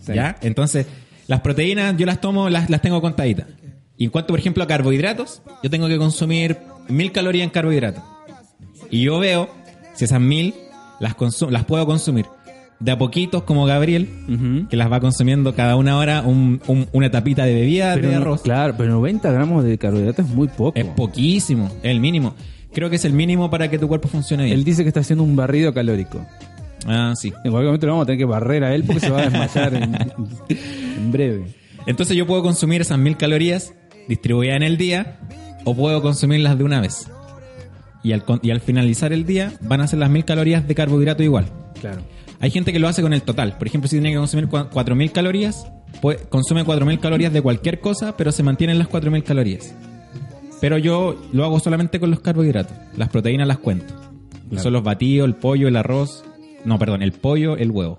Speaker 2: Sí.
Speaker 1: ¿Ya? Entonces, las proteínas yo las tomo, las, las tengo contaditas. Y en cuanto, por ejemplo, a carbohidratos, yo tengo que consumir mil calorías en carbohidratos. Y yo veo Si esas mil las, consu- las puedo consumir de a poquitos, como Gabriel,
Speaker 2: Ujú.
Speaker 1: que las va consumiendo cada una hora un- un- una tapita de bebida
Speaker 2: Pero
Speaker 1: de
Speaker 2: no-
Speaker 1: arroz.
Speaker 2: claro, pero 90 gramos de carbohidratos es muy poco.
Speaker 1: Es poquísimo, es el mínimo. Creo que es el mínimo para que tu cuerpo funcione bien.
Speaker 2: Él dice que está haciendo un barrido calórico.
Speaker 1: Ah, sí.
Speaker 2: En cualquier momento lo vamos a tener que barrer a él porque se va a desmayar
Speaker 1: [laughs]
Speaker 2: en, en breve.
Speaker 1: Entonces yo puedo consumir esas mil calorías distribuidas en el día o puedo consumirlas de una vez. Y al, con- y al finalizar el día van a ser las mil calorías de carbohidrato igual.
Speaker 2: Claro.
Speaker 1: Hay gente que lo hace con el total. Por ejemplo, si tiene que consumir cua- 4.000 calorías, pues consume 4.000 calorías de cualquier cosa, pero se mantienen las 4.000 calorías. Pero yo lo hago solamente con los carbohidratos. Las proteínas las cuento.
Speaker 2: Claro.
Speaker 1: Son los batidos, el pollo, el arroz. No, perdón, el pollo, el huevo.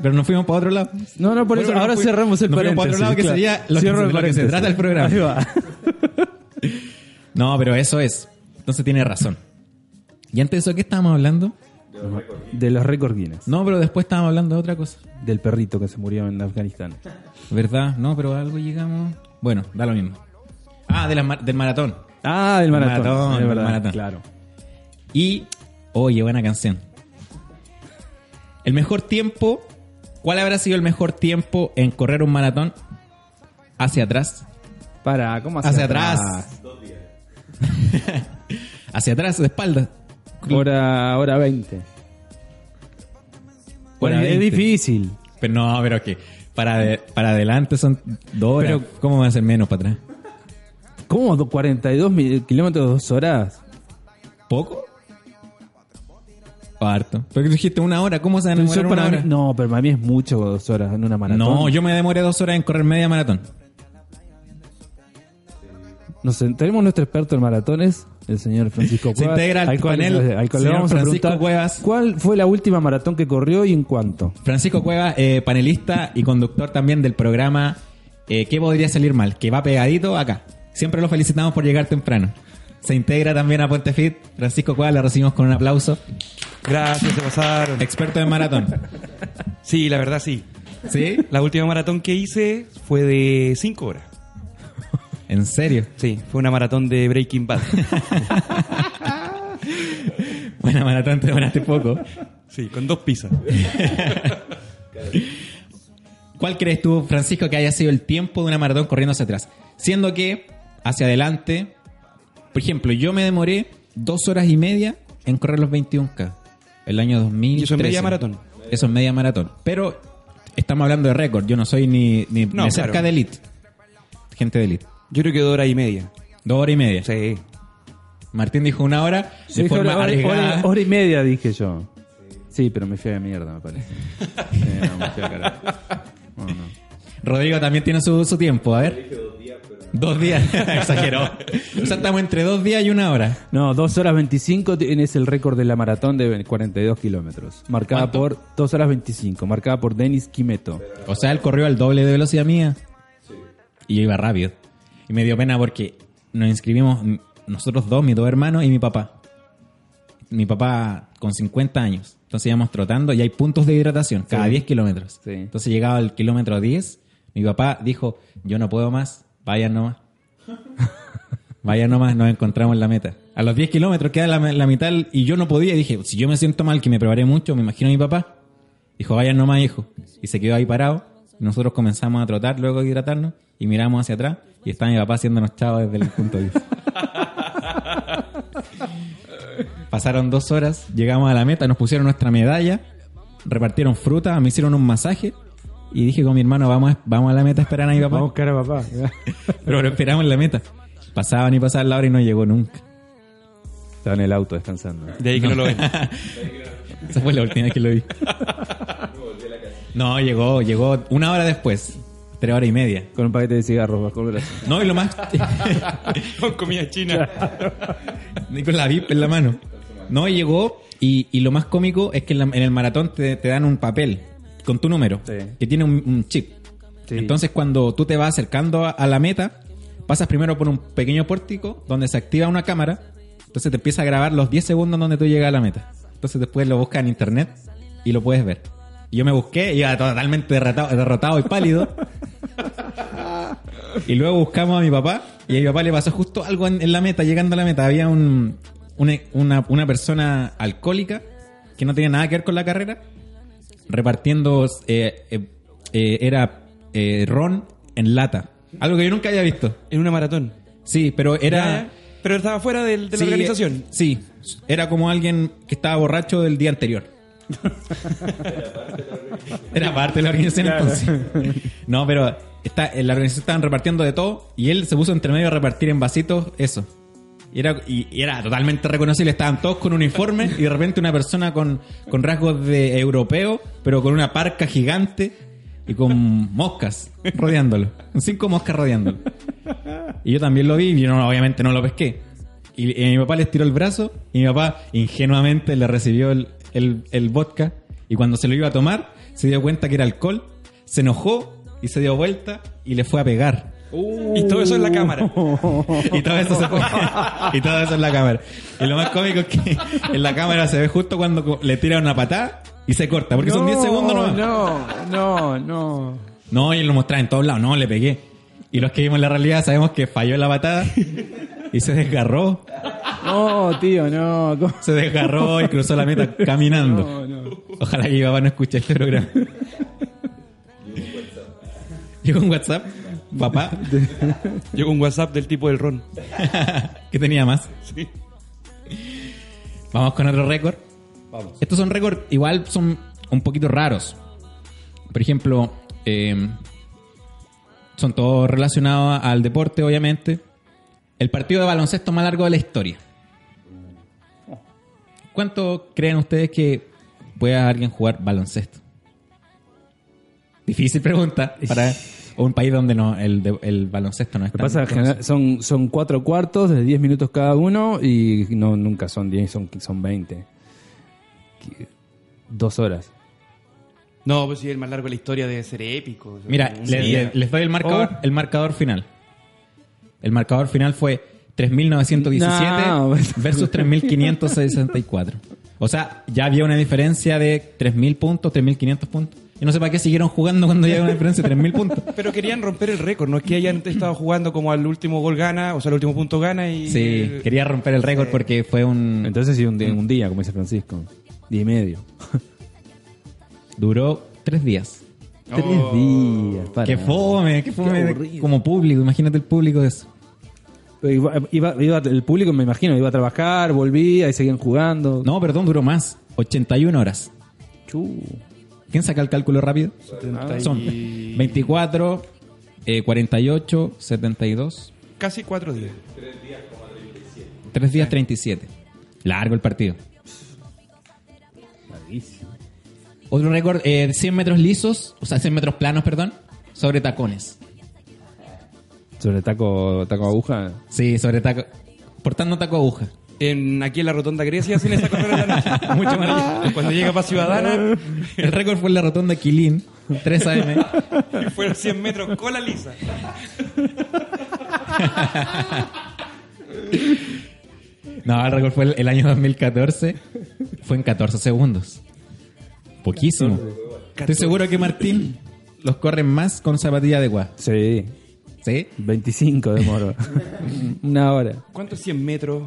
Speaker 1: Pero nos fuimos para otro lado.
Speaker 2: No, no, por eso
Speaker 1: Bueno,
Speaker 2: ahora
Speaker 1: nos fui-
Speaker 2: cerramos el
Speaker 1: nos fuimos para
Speaker 2: paréntesis.
Speaker 1: otro lado, que
Speaker 2: claro.
Speaker 1: sería lo que-
Speaker 2: Cierro el
Speaker 1: de lo que se
Speaker 2: paréntesis.
Speaker 1: trata el programa.
Speaker 2: Ahí va.
Speaker 1: No, pero eso es. Entonces tiene razón. ¿Y antes de eso qué estábamos hablando?
Speaker 2: De los récords Guinness.
Speaker 1: No, pero después estábamos hablando de otra cosa.
Speaker 2: Del perrito que se murió en Afganistán.
Speaker 1: ¿Verdad? No, pero algo llegamos. Bueno, da lo mismo. Ah, de las mar- del maratón.
Speaker 2: Ah, del maratón.
Speaker 1: Maratón,
Speaker 2: es verdad,
Speaker 1: maratón.
Speaker 2: Claro.
Speaker 1: Y. Oye, buena canción. El mejor tiempo. ¿Cuál habrá sido el mejor tiempo en correr un maratón? Hacia atrás.
Speaker 2: Para, ¿cómo hacia,
Speaker 1: Hacia atrás. [laughs] Hacia atrás, de espalda.
Speaker 2: Hora, hora 20.
Speaker 1: Hora
Speaker 2: Bueno,
Speaker 1: 20.
Speaker 2: es difícil.
Speaker 1: Pero no, pero que. Para, de- para adelante son dos horas.
Speaker 2: Pero-
Speaker 1: ¿Cómo va a ser menos para atrás?
Speaker 2: ¿Cómo do- 42 mi- kilómetros, dos horas?
Speaker 1: ¿Poco? ¿O harto? Porque dijiste una hora. ¿Cómo se van a
Speaker 2: Yo
Speaker 1: demorar
Speaker 2: para
Speaker 1: una
Speaker 2: mí-
Speaker 1: hora?
Speaker 2: no, pero para mí es mucho dos horas en una maratón.
Speaker 1: No, yo me demoré dos horas en correr media maratón.
Speaker 2: Nos sent- tenemos nuestro experto en maratones, el señor Francisco Cuevas.
Speaker 1: Se integra al
Speaker 2: al cual-
Speaker 1: panel,
Speaker 2: al cual le
Speaker 1: señor
Speaker 2: vamos a
Speaker 1: Francisco
Speaker 2: preguntar
Speaker 1: Cuevas.
Speaker 2: cuál fue la última maratón que corrió y en cuánto.
Speaker 1: Francisco Cueva, eh, panelista y conductor también del programa eh, ¿Qué podría salir mal? Que va pegadito acá. Siempre lo felicitamos por llegar temprano. Se integra también a Puente Fit. Francisco Cueva, le recibimos con un aplauso.
Speaker 3: Gracias, se pasaron.
Speaker 1: Experto en maratón.
Speaker 3: Eh, Sí, la verdad sí.
Speaker 1: ¿Sí?
Speaker 3: La última maratón que hice fue de 5 horas.
Speaker 1: ¿En serio?
Speaker 3: Sí, fue una maratón de Breaking [laughs] Bad.
Speaker 1: Buena maratón, te demoraste poco.
Speaker 3: Sí, con dos pizzas.
Speaker 1: ¿Cuál crees tú, Francisco, que haya sido el tiempo de una maratón corriendo hacia atrás? Siendo que, hacia adelante, por ejemplo, yo me demoré dos horas y media en correr los 21K. El año 2000.
Speaker 3: ¿Y eso es media maratón?
Speaker 1: Eso es media maratón. Pero estamos hablando de récord. Yo no soy ni, ni,
Speaker 3: No,
Speaker 1: ni cerca
Speaker 3: claro.
Speaker 1: de elite. Gente de elite.
Speaker 3: Yo creo que dos horas y media.
Speaker 1: Dos horas y media.
Speaker 3: Sí.
Speaker 1: Martín dijo una hora de
Speaker 2: Dije
Speaker 1: forma
Speaker 2: hora, hora-
Speaker 1: arriesgada.
Speaker 2: hora- hora y media, dije yo. Sí, pero me fui a la mierda, me parece.
Speaker 1: [laughs]
Speaker 2: Eh, no, me fui a la carajo.
Speaker 1: Rodrigo también tiene su, su tiempo. A ver. Dos días, [laughs] exageró. O sea, estamos entre dos días y una hora.
Speaker 2: No, 2 horas 25 tienes el récord de la maratón de 42 kilómetros. Marcada
Speaker 1: ¿Cuánto?
Speaker 2: por 2 horas 25, marcada por Denis Quimeto.
Speaker 1: O sea, él corrió al doble de velocidad mía. Y yo iba rápido. Y me dio pena porque nos inscribimos m- nosotros dos, mis dos hermanos y mi papá. Mi papá con 50 años. Entonces íbamos trotando y hay puntos de hidratación cada
Speaker 2: Sí.
Speaker 1: 10 kilómetros.
Speaker 2: Sí.
Speaker 1: Entonces llegaba al kilómetro 10. Mi papá dijo, yo no puedo más, vayan
Speaker 2: [laughs]
Speaker 1: nomás. Vaya nomás, nos encontramos en la meta. A los 10 kilómetros queda la, la mitad y yo no podía. Y dije, si yo me siento mal, que me preparé mucho, me imagino a mi papá. Dijo, vaya nomás, hijo. Y se quedó ahí parado. Y nosotros comenzamos a trotar luego de hidratarnos y miramos hacia atrás y estaba mi papá haciéndonos chavos desde el punto 10. Pasaron dos horas, llegamos a la meta, nos pusieron nuestra medalla, repartieron fruta, me hicieron un masaje y dije con mi hermano, vamos a, vamos a la meta a esperar a mi papá.
Speaker 2: Vamos a buscar a [laughs] papá.
Speaker 1: Pero lo esperamos en la meta. Pasaban y pasaban la hora y no llegó nunca.
Speaker 2: Estaba en el auto descansando.
Speaker 3: De ahí que no, lo ven.
Speaker 1: Esa fue la última vez que lo vi. No, llegó, llegó una hora después. Tres horas y media.
Speaker 2: Con un paquete de cigarros bajo el brazo.
Speaker 1: No, y lo más...
Speaker 3: [laughs]
Speaker 1: [laughs]
Speaker 3: Con comida china.
Speaker 1: Ni con la VIP en la mano. No, y llegó y, y lo más cómico es que en, la- en el maratón te, te dan un papel con tu número
Speaker 2: Sí.
Speaker 1: que tiene un, un chip.
Speaker 2: Sí.
Speaker 1: Entonces cuando tú te vas acercando a, a la meta, pasas primero por un pequeño pórtico donde se activa una cámara, entonces te empieza a grabar los 10 segundos donde tú llegas a la meta. Entonces después lo buscas en internet y lo puedes ver. Y yo me busqué, iba totalmente derrotado, derrotado y pálido. Y luego buscamos a mi papá y a mi papá le pasó justo algo en, en la meta, llegando a la meta. Había un, una, una- una persona alcohólica que no tenía nada que ver con la carrera, repartiendo, eh, eh, eh, era eh, ron en lata. Algo que yo nunca había visto.
Speaker 3: En una maratón.
Speaker 1: Sí, pero
Speaker 3: Ya,
Speaker 1: era...
Speaker 3: Pero estaba fuera del- de
Speaker 1: sí,
Speaker 3: la organización.
Speaker 1: eh, sí, era como alguien que estaba borracho del día
Speaker 3: [laughs]
Speaker 1: anterior. Era parte de la organización entonces. No, pero está, en la organización estaban repartiendo de todo y él se puso entre medio a repartir en vasitos eso. Y era, y- y era totalmente reconocible, estaban todos con uniforme y de repente una persona con, con rasgos de europeo, pero con una parca gigante y con moscas rodeándolo. Cinco moscas rodeándolo. Y yo también lo vi y yo no- obviamente no lo pesqué. Y, y mi papá les tiró el brazo y mi papá ingenuamente le recibió el, el- el vodka y cuando se lo iba a tomar se dio cuenta que era alcohol, se enojó y se dio vuelta y le fue a pegar.
Speaker 3: Y todo eso en la cámara.
Speaker 1: Y todo eso se fue- [laughs] y todo eso en la cámara. Y lo más cómico es que en la cámara se ve justo cuando co- le tira una patada y se corta, porque son 10 segundos nomás.
Speaker 2: No, no, no.
Speaker 1: No, y lo mostraba en todos lados. No, le pegué. Y los que vimos la realidad sabemos que falló la patada y se desgarró.
Speaker 2: No, tío, no. ¿Cómo?
Speaker 1: Se desgarró y cruzó la meta caminando.
Speaker 2: No, no.
Speaker 1: Ojalá que mi papá no escuche este programa. Llegó un WhatsApp, papá,
Speaker 3: Llegó un WhatsApp del tipo del ron.
Speaker 1: que tenía más.
Speaker 3: Sí.
Speaker 1: Vamos con otro récord. Estos son récords, igual son un poquito raros. Por ejemplo, eh, son todos relacionados al deporte, obviamente. El partido de baloncesto más largo de la historia. ¿Cuánto creen ustedes que pueda alguien jugar baloncesto? Difícil pregunta
Speaker 2: [laughs]
Speaker 1: para un país donde no el, de- el baloncesto no es
Speaker 2: Lo que
Speaker 1: tan
Speaker 2: pasa es que
Speaker 1: conocido.
Speaker 2: genera- son, son cuatro cuartos de 10 minutos cada uno y no nunca son 10, son, son 20. Que- Dos horas.
Speaker 3: No, pues sí, el más largo de la historia debe ser épico.
Speaker 1: Mira,
Speaker 3: Sí.
Speaker 1: les, les- les doy el marcador, el marcador final. El marcador final fue 3.917
Speaker 2: No.
Speaker 1: versus 3.564. O sea, ya había una diferencia de 3.000 puntos, 3.500 puntos. Yo no sé para qué siguieron jugando cuando ya había una diferencia de 3.000 puntos.
Speaker 3: Pero querían romper el récord, no es que hayan estado jugando como al último gol gana, o sea, al último punto gana y...
Speaker 1: Sí, quería romper el récord porque fue un...
Speaker 2: Entonces sí, un día, un día, como dice Francisco. Día y medio.
Speaker 1: Duró tres días.
Speaker 3: Oh.
Speaker 2: Tres días. para.
Speaker 1: Qué fome, qué fome. como público, imagínate el público de eso.
Speaker 2: Pero Iba, iba- iba- el público, me imagino, iba a trabajar, volvía y seguían jugando.
Speaker 1: No, perdón, duró más. 81 horas.
Speaker 2: Chu.
Speaker 1: ¿Quién saca el cálculo rápido? Son 24, eh, 48, 72,
Speaker 3: Casi cuatro días.
Speaker 1: 3 días 37. Largo el partido. Otro récord, eh, 100 metros lisos, o sea, 100 metros planos, perdón, sobre tacones.
Speaker 2: Sobre taco, taco aguja.
Speaker 1: Sí, sobre taco. Portando taco aguja.
Speaker 3: En, aquí en la Rotonda Grecia hacen esa carrera de la noche.
Speaker 1: [laughs] Mucho más.
Speaker 3: Cuando llega
Speaker 1: [laughs]
Speaker 3: para Ciudadana,
Speaker 1: El récord fue en la rotonda Quilín, 3 AM.
Speaker 3: fueron 100 metros con la lisa.
Speaker 1: No, el récord fue el, el año 2014. Fue en 14 segundos. Poquísimo. Estoy seguro que Martín los corre más con zapatilla de guas.
Speaker 2: Sí,
Speaker 1: ¿Sí?
Speaker 2: 25 de [laughs] moro. una hora.
Speaker 3: ¿Cuántos 100 metros?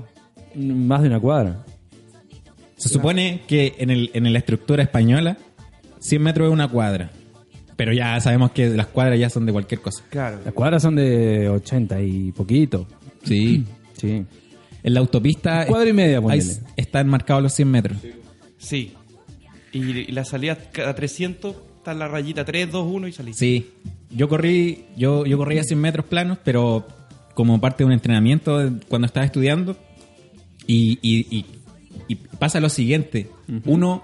Speaker 2: Más de una cuadra.
Speaker 1: Se supone que en, el, en la estructura española, 100 metros es una cuadra. Pero ya sabemos que las cuadras ya son de cualquier cosa.
Speaker 3: Claro.
Speaker 2: Las cuadras son de 80 y poquito.
Speaker 1: Sí.
Speaker 2: Sí.
Speaker 1: En la autopista.
Speaker 2: Cuadra y media,
Speaker 1: ahí
Speaker 2: ponele.
Speaker 1: s- están marcados los 100 metros.
Speaker 3: Sí. Y, y la salida a 300 está en la rayita 3, 2, 1 y salí.
Speaker 1: Sí. Yo corrí, yo, yo corría 100 metros planos, pero como parte de un entrenamiento de- cuando estaba estudiando. Y, y- y- y pasa lo siguiente. Uno,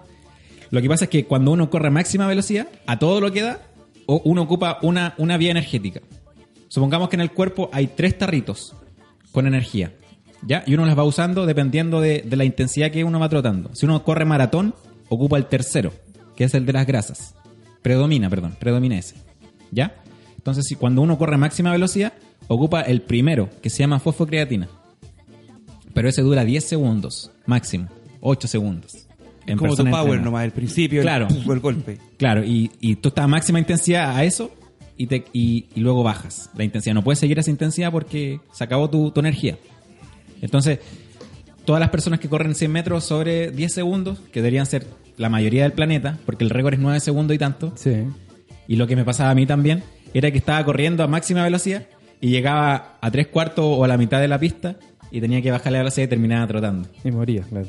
Speaker 1: lo que pasa es que cuando uno corre a máxima velocidad, a todo lo que da, o- uno ocupa una, una vía energética. Supongamos que en el cuerpo hay tres tarritos con energía. ¿Ya? Y uno las va usando dependiendo de, de la intensidad que uno va trotando. Si uno corre maratón, ocupa el tercero, que es el de las grasas. Predomina, perdón, predomina ese. ¿Ya? Entonces, si cuando uno corre a máxima velocidad, ocupa el primero, que se llama fosfocreatina. Pero ese dura 10 segundos, máximo. 8 segundos. En
Speaker 3: Como tu
Speaker 1: persona
Speaker 3: power
Speaker 1: entrenada.
Speaker 3: nomás, el principio,
Speaker 1: Claro.
Speaker 3: el, el golpe.
Speaker 1: Claro, y, y tú estás a máxima intensidad a eso y, te, y, y luego bajas la intensidad. No puedes seguir esa intensidad porque se acabó tu, tu energía. Entonces, todas las personas que corren 100 metros sobre 10 segundos, que deberían ser la mayoría del planeta, porque el récord es 9 segundos y tanto,
Speaker 2: Sí.
Speaker 1: y lo que me pasaba a mí también, era que estaba corriendo a máxima velocidad y llegaba a tres cuartos o a la mitad de la pista y tenía que bajar la velocidad y terminaba trotando.
Speaker 2: Y moría, claro.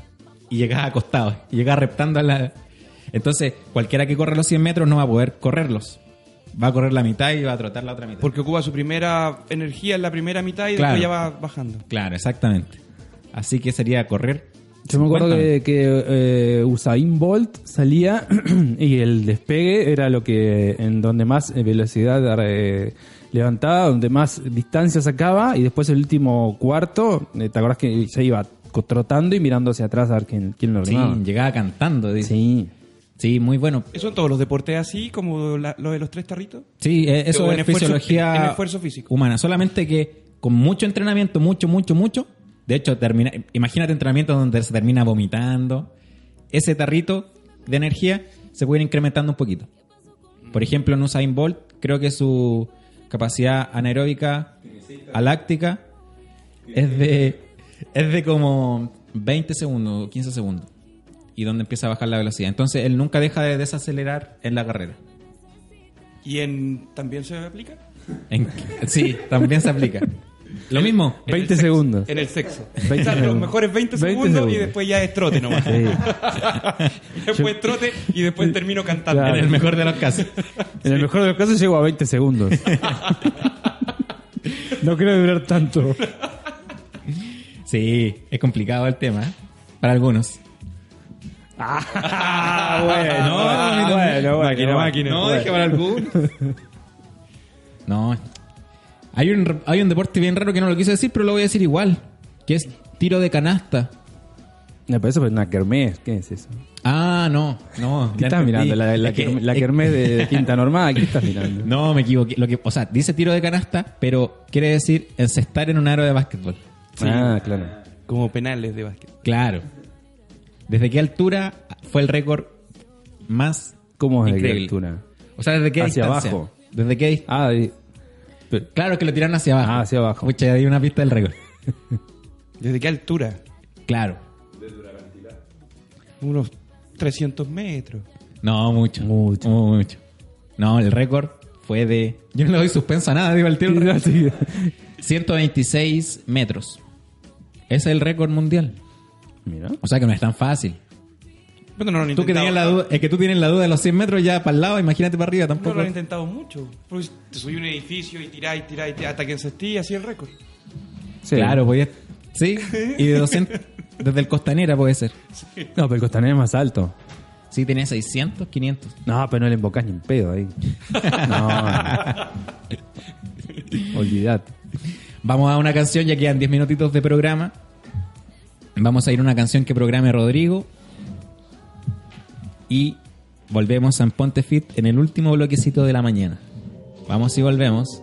Speaker 1: Y llegaba acostado, y llegaba reptando a la... Entonces, cualquiera que corre los 100 metros no va a poder correrlos. Va a correr la mitad y va a trotar la otra mitad.
Speaker 3: Porque ocupa su primera energía en la primera mitad y
Speaker 1: Claro.
Speaker 3: después ya va bajando.
Speaker 1: Claro, exactamente. Así que sería correr.
Speaker 2: Yo me acuerdo
Speaker 1: 50.
Speaker 2: que, que, eh, Usain Bolt salía [clears throat] y el despegue era lo que en donde más eh, velocidad eh, levantaba, donde más distancia sacaba y después el último cuarto, eh, ¿te acordás que se iba co- trotando y mirando hacia atrás a ver quién, quién lo
Speaker 1: Sí,
Speaker 2: arrimaba?
Speaker 1: llegaba cantando. dice.
Speaker 2: Sí.
Speaker 1: Sí, muy bueno.
Speaker 3: Eso en todos los deportes así, como la- lo de los tres tarritos.
Speaker 1: Sí, eh, eso
Speaker 3: O
Speaker 1: es
Speaker 3: en esfuerzo-
Speaker 1: fisiología
Speaker 3: en esfuerzo físico.
Speaker 1: humana. Solamente que con mucho entrenamiento, mucho, mucho, mucho. De hecho, termina, imagínate entrenamiento donde se termina vomitando. Ese tarrito de energía se puede ir incrementando un poquito. Por ejemplo, en Usain Bolt, creo que su capacidad anaeróbica aláctica es de, es de como 20 segundos, 15 segundos. Y donde empieza a bajar la velocidad. Entonces, él nunca deja de desacelerar en la carrera.
Speaker 3: ¿Y en también se aplica?
Speaker 1: En- sí, también se aplica. Lo mismo.
Speaker 3: En el
Speaker 2: 20
Speaker 3: sexo.
Speaker 2: segundos.
Speaker 3: En el sexo.
Speaker 2: 20
Speaker 3: O sea, los
Speaker 2: segundos.
Speaker 3: mejores 20
Speaker 2: 20
Speaker 3: segundos, y
Speaker 2: segundos.
Speaker 3: después ya es trote nomás.
Speaker 2: Sí.
Speaker 3: [laughs] después trote y después termino cantando.
Speaker 2: Claro.
Speaker 1: En el mejor de los casos.
Speaker 2: En el mejor de los casos llego a 20 segundos. no quiero durar tanto.
Speaker 1: Sí, es complicado el tema. ¿eh? Para algunos.
Speaker 2: Ah, bueno,
Speaker 1: Ah,
Speaker 2: bueno,
Speaker 3: Máquina, máquina.
Speaker 1: No,
Speaker 3: Bueno.
Speaker 1: dije para algunos. [laughs] No. Hay un, hay un deporte bien raro que no lo quise decir, pero lo voy a decir igual. Que es tiro de canasta.
Speaker 2: Me parece pues una kermés, ¿qué es eso?
Speaker 1: Ah, no, no.
Speaker 2: ¿Qué
Speaker 1: ya
Speaker 2: estás
Speaker 1: entendí.
Speaker 2: mirando? La, la,
Speaker 1: Es que-
Speaker 2: kerm- la
Speaker 1: es-
Speaker 2: kermés de, [laughs] de Quinta Normal, ¿qué estás mirando?
Speaker 1: No, me equivoqué. Lo que, o sea, dice tiro de canasta, pero quiere decir encestar en un aro de básquetbol.
Speaker 2: Ah, claro.
Speaker 3: Como penales de básquet.
Speaker 1: Claro. ¿Desde qué altura fue el récord más
Speaker 2: ¿Cómo es de qué
Speaker 1: increíble?
Speaker 2: altura?
Speaker 1: O sea, ¿desde qué
Speaker 2: Hacia
Speaker 1: distancia?
Speaker 2: abajo.
Speaker 1: ¿Desde qué dis-
Speaker 2: Ah, de-
Speaker 1: Claro que lo tiraron hacia abajo.
Speaker 2: Ah, hacia abajo.
Speaker 1: Pucha, ya di una pista del récord.
Speaker 3: ¿Desde qué altura?
Speaker 1: Claro.
Speaker 3: Unos 300 metros.
Speaker 1: No, mucho.
Speaker 2: Mucho.
Speaker 1: Mu- mucho. No, el récord fue de... Yo no le doy suspenso a nada, digo, el tiro. del récord.
Speaker 2: sí.
Speaker 1: [laughs] 126 metros. Ese es el récord mundial.
Speaker 2: Mira.
Speaker 1: O sea que no es tan fácil.
Speaker 3: Bueno, no lo han
Speaker 1: Tú que
Speaker 3: intentado.
Speaker 1: tenías la duda, es que tú tienes la duda de los 100 metros ya para el lado, imagínate para arriba
Speaker 3: No
Speaker 1: tampoco.
Speaker 3: lo han intentado mucho. Pues te subí a un edificio y tirá y tirá y tirá hasta que encestí y así el récord.
Speaker 2: Sí.
Speaker 1: Claro, podía. Sí, y de 200. desde el Costanera puede ser.
Speaker 2: No, pero el costanero es más alto.
Speaker 1: Sí, tenía 600, 500.
Speaker 2: No, pero no le embocás ni un pedo ahí. [laughs] No. Olvidate.
Speaker 1: Vamos a una canción, ya quedan 10 minutitos de programa. Vamos a ir a una canción que programe Rodrigo. Y volvemos a Ponte Fit en el último bloquecito de la mañana. Vamos y volvemos.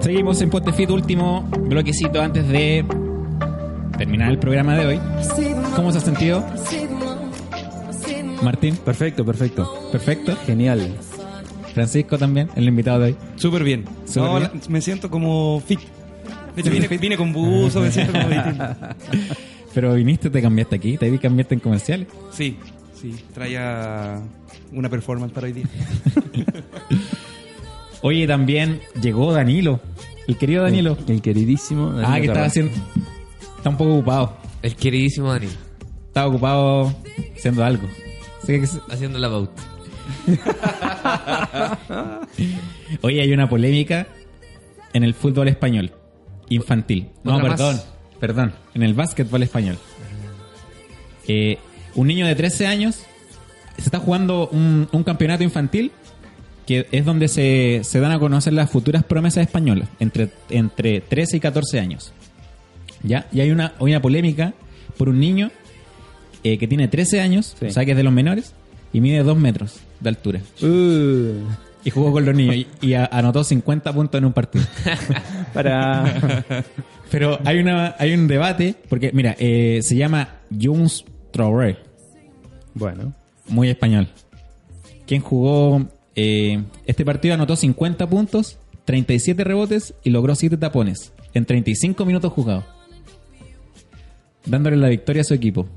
Speaker 1: Seguimos en Ponte Fit, último bloquecito antes de terminar el programa de hoy. ¿Cómo se ha sentido, Martín?
Speaker 2: Perfecto, perfecto.
Speaker 1: Perfecto.
Speaker 2: Genial.
Speaker 1: Francisco también, el invitado de hoy.
Speaker 3: Súper bien.
Speaker 1: Súper
Speaker 3: No,
Speaker 1: bien.
Speaker 3: la- me siento como fit. De hecho, vine, vine con buzo, me siento como distinto.
Speaker 1: Pero viniste, te cambiaste aquí, te vi cambiarte en comerciales.
Speaker 3: Sí, sí. Traía una performance para hoy día.
Speaker 1: Oye, también llegó Danilo, el querido Danilo.
Speaker 2: El, el queridísimo. Danilo
Speaker 1: Ah, que estaba
Speaker 2: Carrasco.
Speaker 1: haciendo. Está un poco ocupado.
Speaker 4: El queridísimo Dani,
Speaker 1: Estaba ocupado haciendo algo. Así que-
Speaker 4: haciendo la pauta.
Speaker 1: Oye, hay una polémica en el fútbol español, infantil. No,
Speaker 4: ¿Otra más?
Speaker 1: perdón, perdón, en el básquetbol español. Eh, un niño de 13 años se está jugando un, un campeonato infantil que es donde se, se dan a conocer las futuras promesas españolas, entre, entre 13 y 14 años. ¿Ya? Y hay una, hay una polémica por un niño eh, que tiene 13 años,
Speaker 2: Sí.
Speaker 1: o sea que es de los menores, y mide 2 metros de altura.
Speaker 2: Uh,
Speaker 1: Y jugó con los niños y, y a- anotó 50 puntos en un partido.
Speaker 2: [laughs] Para.
Speaker 1: Pero hay, una, hay un debate, porque mira, eh, se llama Jules Traoré,
Speaker 2: bueno.
Speaker 1: muy español. Quien jugó eh, este partido anotó 50 puntos, 37 rebotes y logró 7 tapones en 35 minutos jugados. Dándole la victoria a su equipo.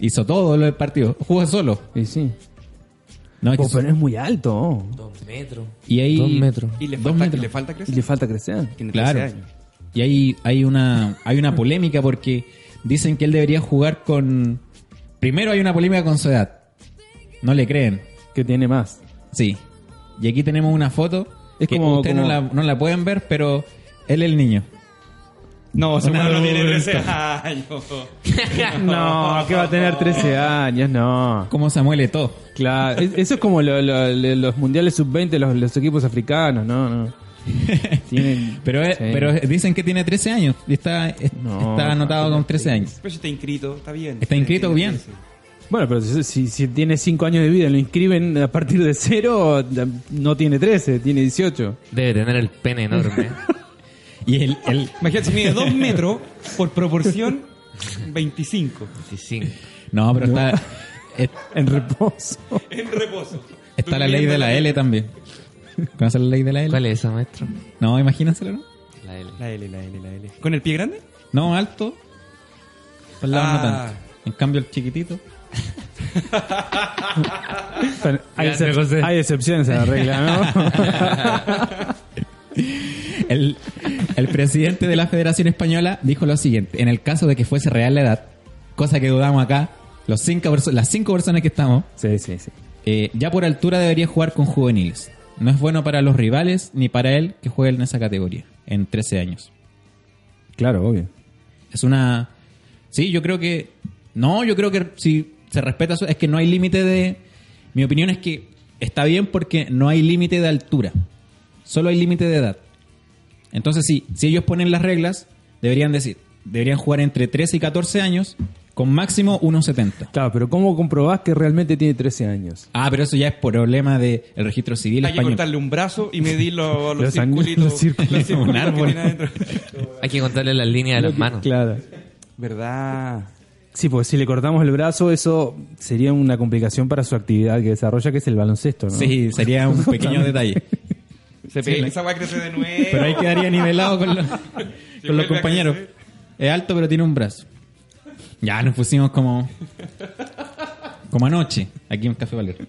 Speaker 1: Hizo todo lo del partido. Jugó solo.
Speaker 2: Y sí.
Speaker 1: No, es que
Speaker 2: Oh, pero es muy alto. oh.
Speaker 4: Dos metros.
Speaker 1: Y ahí.
Speaker 4: Dos metros.
Speaker 3: Y le
Speaker 1: Dos
Speaker 3: falta,
Speaker 1: metros.
Speaker 3: y le falta
Speaker 2: Y
Speaker 3: crecer.
Speaker 2: le falta crecer.
Speaker 3: Tiene 13
Speaker 1: Claro.
Speaker 3: años.
Speaker 1: Y ahí hay una, hay una polémica porque dicen que él debería jugar con. Primero hay una polémica con su edad. No le creen.
Speaker 2: Que tiene más.
Speaker 1: Sí. Y aquí tenemos una foto.
Speaker 2: Es
Speaker 1: que
Speaker 2: como-
Speaker 1: ustedes
Speaker 2: como-
Speaker 1: No, la, no la pueden ver, pero él es el niño.
Speaker 3: No, seguro no tiene
Speaker 1: adulto.
Speaker 3: 13 años.
Speaker 2: [laughs] No, que va a tener 13 años, no.
Speaker 1: Como Samuel Eto'o.
Speaker 2: Claro, es- eso es como lo- lo- lo- los mundiales sub-20, los, los equipos africanos, no, [laughs] no. Tienen-
Speaker 1: Pero, es-
Speaker 2: sí.
Speaker 1: pero dicen que tiene 13 años. Y está, es-
Speaker 2: No,
Speaker 1: está anotado
Speaker 2: no,
Speaker 1: con 13 años.
Speaker 3: Pero si está inscrito, está bien.
Speaker 1: Está inscrito
Speaker 3: Tiene
Speaker 1: bien.
Speaker 3: 13.
Speaker 2: Bueno, pero si, si, si tiene 5 años de vida y lo inscriben a partir de cero, no tiene 13, tiene 18.
Speaker 4: Debe tener el pene enorme.
Speaker 1: Y él, él-
Speaker 3: Imagínate, si mide
Speaker 1: [laughs]
Speaker 3: 2 metros por proporción 25.
Speaker 4: 25.
Speaker 1: No, pero está. es-
Speaker 2: En reposo.
Speaker 3: En reposo.
Speaker 1: está la ley de la L también. ¿Conocen la ley de la L?
Speaker 4: ¿Cuál es esa, maestro?
Speaker 1: No, imagínenselo, ¿no?
Speaker 4: La L.
Speaker 3: La L, la L, la L. ¿Con el pie grande?
Speaker 1: No, alto. Para el lado no
Speaker 3: Ah.
Speaker 1: tanto. En cambio, el chiquitito.
Speaker 2: Pero Hay,
Speaker 4: Grande,
Speaker 2: excep-
Speaker 4: José.
Speaker 2: hay excepciones a la regla, ¿no?
Speaker 1: El, el presidente de la Federación Española dijo lo siguiente: en el caso de que fuese real la edad, cosa que dudamos acá, los cinco perso- las cinco personas que estamos,
Speaker 2: [laughs] sí, sí, sí.
Speaker 1: eh, ya por altura debería jugar con juveniles. No es bueno para los rivales ni para él que juegue en esa categoría, en 13 años.
Speaker 2: Claro, obvio.
Speaker 1: Es una. Sí, yo creo que. No, yo creo que si se respeta eso, es que no hay límite de. Mi opinión es que está bien porque no hay límite de altura. Solo hay límite de edad. Entonces, sí, si ellos ponen las reglas, deberían decir, deberían jugar entre 13 y 14 años con máximo 1,70.
Speaker 2: Claro, pero ¿cómo comprobás que realmente tiene 13 años?
Speaker 1: Ah, pero eso ya es problema del registro civil
Speaker 3: Hay que
Speaker 1: español.
Speaker 3: cortarle un brazo y medir
Speaker 1: [laughs]
Speaker 3: los, los
Speaker 2: Los ang-
Speaker 3: circulitos.
Speaker 2: los círculos.
Speaker 3: los círculos
Speaker 1: Un árbol.
Speaker 3: que tiene
Speaker 1: [laughs]
Speaker 3: adentro.
Speaker 4: Hay que contarle las líneas de las manos.
Speaker 2: Claro.
Speaker 3: ¿Verdad?
Speaker 2: Sí, porque si le cortamos el brazo, eso sería una complicación para su actividad que desarrolla, que es el baloncesto, ¿no?
Speaker 1: Sí, sería un
Speaker 3: [laughs]
Speaker 1: pequeño detalle.
Speaker 3: Se
Speaker 1: Sí,
Speaker 3: pega,
Speaker 1: la-
Speaker 3: esa va a crecer de nuevo.
Speaker 1: Pero ahí quedaría nivelado con
Speaker 3: [laughs]
Speaker 1: los, con los compañeros. Es alto, pero tiene un brazo. Ya nos pusimos como. Como anoche, aquí en Café Valero.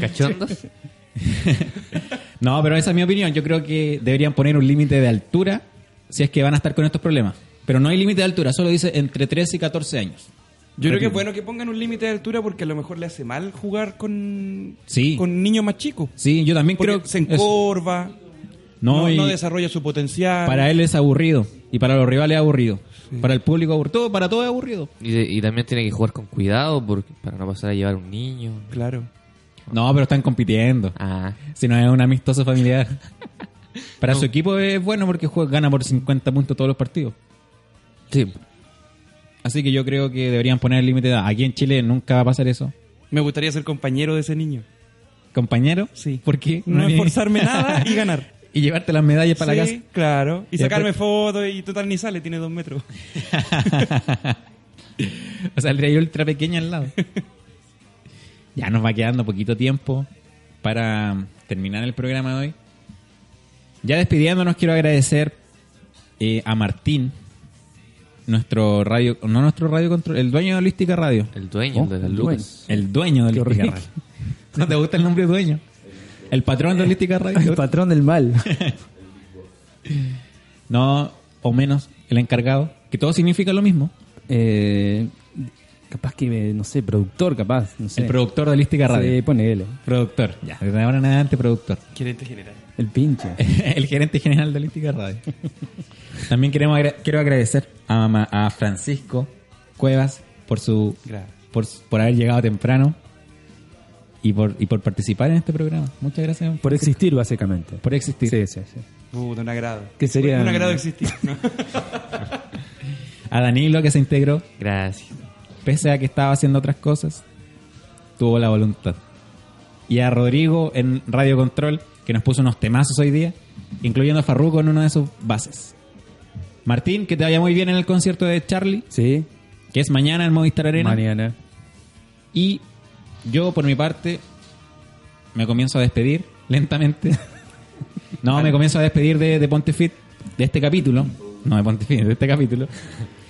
Speaker 4: ¿Cachondos?
Speaker 1: No, pero esa es mi opinión. Yo creo que deberían poner un límite de altura si es que van a estar con estos problemas. Pero no hay límite de altura, solo dice entre 13 y 14 años.
Speaker 3: Yo creo que es bueno que pongan un límite de altura porque a lo mejor le hace mal jugar con,
Speaker 1: Sí.
Speaker 3: con niños más chicos.
Speaker 1: Sí, yo también
Speaker 3: Porque
Speaker 1: creo que
Speaker 3: se
Speaker 1: es-
Speaker 3: encorva,
Speaker 1: No,
Speaker 3: no,
Speaker 1: y-
Speaker 3: no desarrolla su potencial.
Speaker 1: para él es aburrido y para los rivales es aburrido. Para el público aburrido, todo- para todo es aburrido.
Speaker 4: Y, de- y también tiene que jugar con cuidado porque, para no pasar a llevar un niño.
Speaker 3: Claro.
Speaker 1: No, pero están compitiendo.
Speaker 4: Ah,
Speaker 1: Si no es un amistoso familiar.
Speaker 3: [laughs]
Speaker 1: Para su equipo es bueno porque juega, gana por 50 puntos todos los partidos.
Speaker 4: sí.
Speaker 1: Así que yo creo que deberían poner el límite de edad. Aquí en Chile nunca va a pasar eso.
Speaker 3: Me gustaría ser compañero de ese niño.
Speaker 1: Compañero,
Speaker 3: Sí.
Speaker 1: porque [laughs]
Speaker 3: No esforzarme nada y ganar.
Speaker 1: y llevarte las medallas para la
Speaker 3: Sí,
Speaker 1: casa.
Speaker 3: Claro. Y,
Speaker 1: Y
Speaker 3: sacarme
Speaker 1: después-
Speaker 3: fotos y total ni sale, tiene dos metros.
Speaker 1: [laughs] O sea, el rey ultra pequeño
Speaker 2: [laughs]
Speaker 1: al lado. ya nos va quedando poquito tiempo para terminar el programa de hoy. Ya despidiéndonos, quiero agradecer eh, a Martín, nuestro radio, no nuestro radio control, el dueño de Holística Radio.
Speaker 4: El
Speaker 2: Oh,
Speaker 4: dueño, el de las
Speaker 2: el
Speaker 4: lucas.
Speaker 1: El dueño de
Speaker 2: Qué
Speaker 1: Holística
Speaker 2: horrible.
Speaker 1: Radio. ¿No te gusta el nombre dueño? El patrón de Holística Radio.
Speaker 2: [laughs] El patrón del mal.
Speaker 1: no, o menos, el encargado. Que todo significa lo mismo.
Speaker 2: Eh, capaz que, eh, no sé, productor, capaz. No sé.
Speaker 1: El productor de Holística Radio.
Speaker 2: Sí, ponele.
Speaker 1: Productor, ya. Desde ahora en adelante, productor.
Speaker 3: Gerente general.
Speaker 2: El pinche.
Speaker 1: [laughs] el gerente general de Holística Radio. También queremos agra- quiero agradecer a, ma- a Francisco Cuevas por su
Speaker 3: Gracias.
Speaker 1: por, su- por haber llegado temprano y por, y por participar en este programa. Muchas gracias
Speaker 2: Por existir, básicamente.
Speaker 1: por existir.
Speaker 2: Sí, sí, sí.
Speaker 3: Puta, un agrado.
Speaker 2: ¿Qué sería?
Speaker 3: Un agrado existir. ¿no?
Speaker 1: A Danilo que se integró,
Speaker 4: Gracias.
Speaker 1: pese a que estaba haciendo otras cosas, tuvo la voluntad. y a Rodrigo en Radio Control, que nos puso unos temazos hoy día, incluyendo a Farruko en una de sus bases. Martín, que te vaya muy bien en el concierto de Charlie,
Speaker 2: Sí,
Speaker 1: que es mañana en Movistar Arena.
Speaker 2: mañana.
Speaker 1: Y yo, por mi parte, me comienzo a despedir lentamente. No, me comienzo a despedir de, de Ponte Fit, de este capítulo. No, de Ponte Fit, de este capítulo.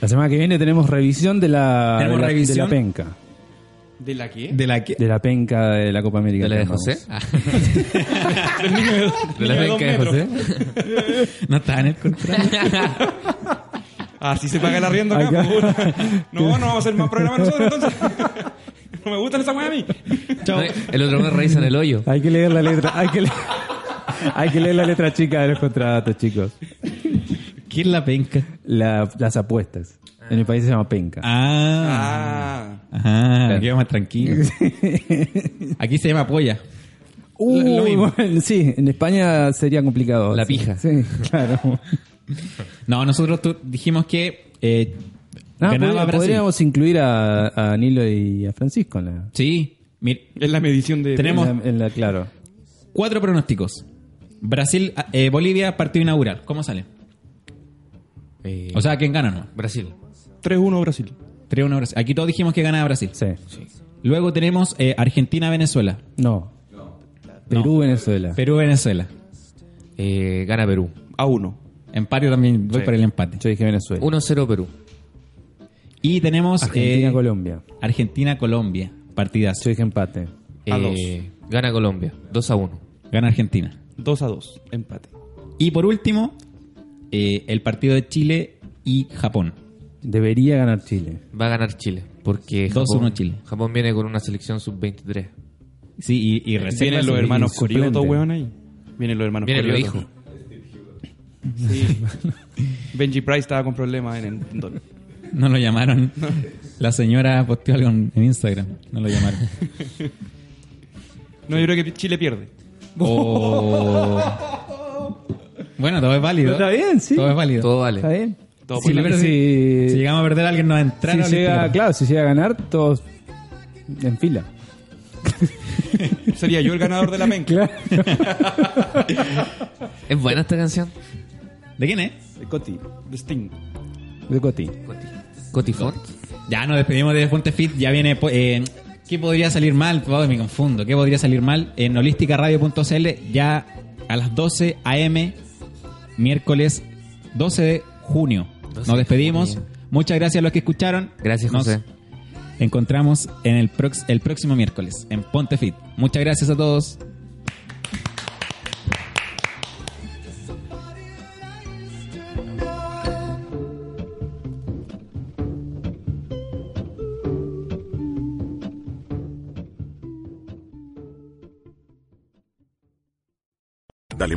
Speaker 2: La semana que viene tenemos revisión de la,
Speaker 1: Tenemos
Speaker 2: de la,
Speaker 1: revisión.
Speaker 2: de la penca.
Speaker 3: [laughs] ¿De la qué?
Speaker 1: De la que...
Speaker 2: De la penca de la Copa América.
Speaker 4: ¿De la de
Speaker 2: que vamos. [laughs]
Speaker 4: José? [laughs]
Speaker 3: [laughs]
Speaker 4: ¿De la
Speaker 3: niño de
Speaker 4: penca de
Speaker 3: dos
Speaker 4: José?
Speaker 1: No estaba en el
Speaker 4: [laughs]
Speaker 1: contrato.
Speaker 3: Así Ah, se paga el arriendo acá.
Speaker 2: Acá.
Speaker 3: pues, puta. No, no vamos a hacer más programas nosotros entonces. No me gustan esa weá a mí.
Speaker 1: Chao.
Speaker 4: El otro me raíz en el hoyo.
Speaker 2: Hay que leer la letra, hay que leer, [laughs] hay que leer la letra chica de los contratos, chicos.
Speaker 1: ¿Quién la penca?
Speaker 2: La- las apuestas. En mi país se llama penca.
Speaker 1: Ah.
Speaker 3: Ah.
Speaker 1: Ajá, aquí vamos tranquilo. Aquí se llama polla.
Speaker 2: Uy,
Speaker 1: lo mismo.
Speaker 2: bueno, Uh, [laughs] sí, en España sería complicado.
Speaker 4: La
Speaker 2: Sí,
Speaker 4: pija.
Speaker 2: Sí, claro.
Speaker 1: No, nosotros tu- dijimos que eh,
Speaker 2: No,
Speaker 1: ganaba
Speaker 2: podría-
Speaker 1: Brasil.
Speaker 2: Ah, podríamos incluir a, a Nilo y a Francisco en la,
Speaker 1: Sí, mira,
Speaker 3: Es la medición de.
Speaker 1: Tenemos-
Speaker 2: en la- en la- claro.
Speaker 1: cuatro pronósticos. Brasil, eh, Bolivia, partido inaugural. ¿Cómo sale?
Speaker 4: Eh,
Speaker 1: O sea, ¿quién gana? No?
Speaker 4: Brasil.
Speaker 3: 3-1 Brasil.
Speaker 1: 3-1 Brasil. Aquí todos dijimos que gana Brasil.
Speaker 2: Sí.
Speaker 1: Luego tenemos eh, Argentina-Venezuela.
Speaker 2: No. Perú, Venezuela.
Speaker 1: Perú-Venezuela.
Speaker 4: Eh, gana Perú.
Speaker 3: A 1.
Speaker 1: Empate también, voy para el empate.
Speaker 2: Yo dije Venezuela.
Speaker 4: 1-0 Perú.
Speaker 1: Y tenemos eh,
Speaker 2: Argentina, Colombia.
Speaker 1: Argentina-Colombia. Partidas.
Speaker 2: Yo dije empate.
Speaker 3: A
Speaker 4: Eh, gana Colombia. 2-1.
Speaker 1: Gana Argentina.
Speaker 3: 2 a 2. Empate.
Speaker 1: Y por último, eh, el partido de Chile y Japón.
Speaker 2: Debería ganar Chile.
Speaker 4: Va a ganar Chile. Porque
Speaker 1: 2-1
Speaker 4: Japón,
Speaker 1: Chile.
Speaker 4: Japón viene con una selección sub-23.
Speaker 1: Sí, y, y reservas
Speaker 3: Vienen los
Speaker 1: y-
Speaker 3: hermanos
Speaker 2: y suplente.
Speaker 3: Corioto, weón, ahí. Vienen los hermanos
Speaker 4: Viene lo
Speaker 3: Corioto.
Speaker 4: hijo.
Speaker 3: Sí. Benji Price estaba con problemas en el dólar.
Speaker 1: No lo llamaron. [laughs] La señora posteó algo en en Instagram. No lo llamaron.
Speaker 3: No, yo creo que Chile pierde.
Speaker 1: Oh. [laughs] Bueno, todo es válido.
Speaker 2: Pero está bien, sí.
Speaker 1: Todo es válido.
Speaker 4: Todo vale.
Speaker 2: ¿Está bien?
Speaker 3: Todo
Speaker 2: Si
Speaker 3: por la-
Speaker 2: le-
Speaker 1: Pero si,
Speaker 2: si-
Speaker 1: si llegamos a perder, alguien nos va a entrar. a la
Speaker 2: si llega,
Speaker 1: lista.
Speaker 2: claro, si llega a ganar, todos en fila.
Speaker 3: Sería yo el ganador
Speaker 2: [laughs]
Speaker 3: de la penca.
Speaker 2: Claro.
Speaker 4: Es buena esta canción.
Speaker 1: ¿De quién es?
Speaker 3: Coti. De Sting.
Speaker 2: De Coti.
Speaker 4: Cotifón.
Speaker 1: Ya nos despedimos de Fuente Fit. Ya viene. po- eh, ¿Qué podría salir mal? Wow, me confundo. ¿Qué podría salir mal? En holísticaradio.cl ya a las 12 a.m. miércoles 12 de junio.
Speaker 4: 12
Speaker 1: Nos
Speaker 4: de
Speaker 1: despedimos.
Speaker 4: junio.
Speaker 1: Muchas gracias a los que escucharon.
Speaker 4: Gracias,
Speaker 1: Nos
Speaker 4: José.
Speaker 1: Encontramos en el, prox- el próximo miércoles en Ponte Fit. Muchas gracias a todos.
Speaker 5: Dale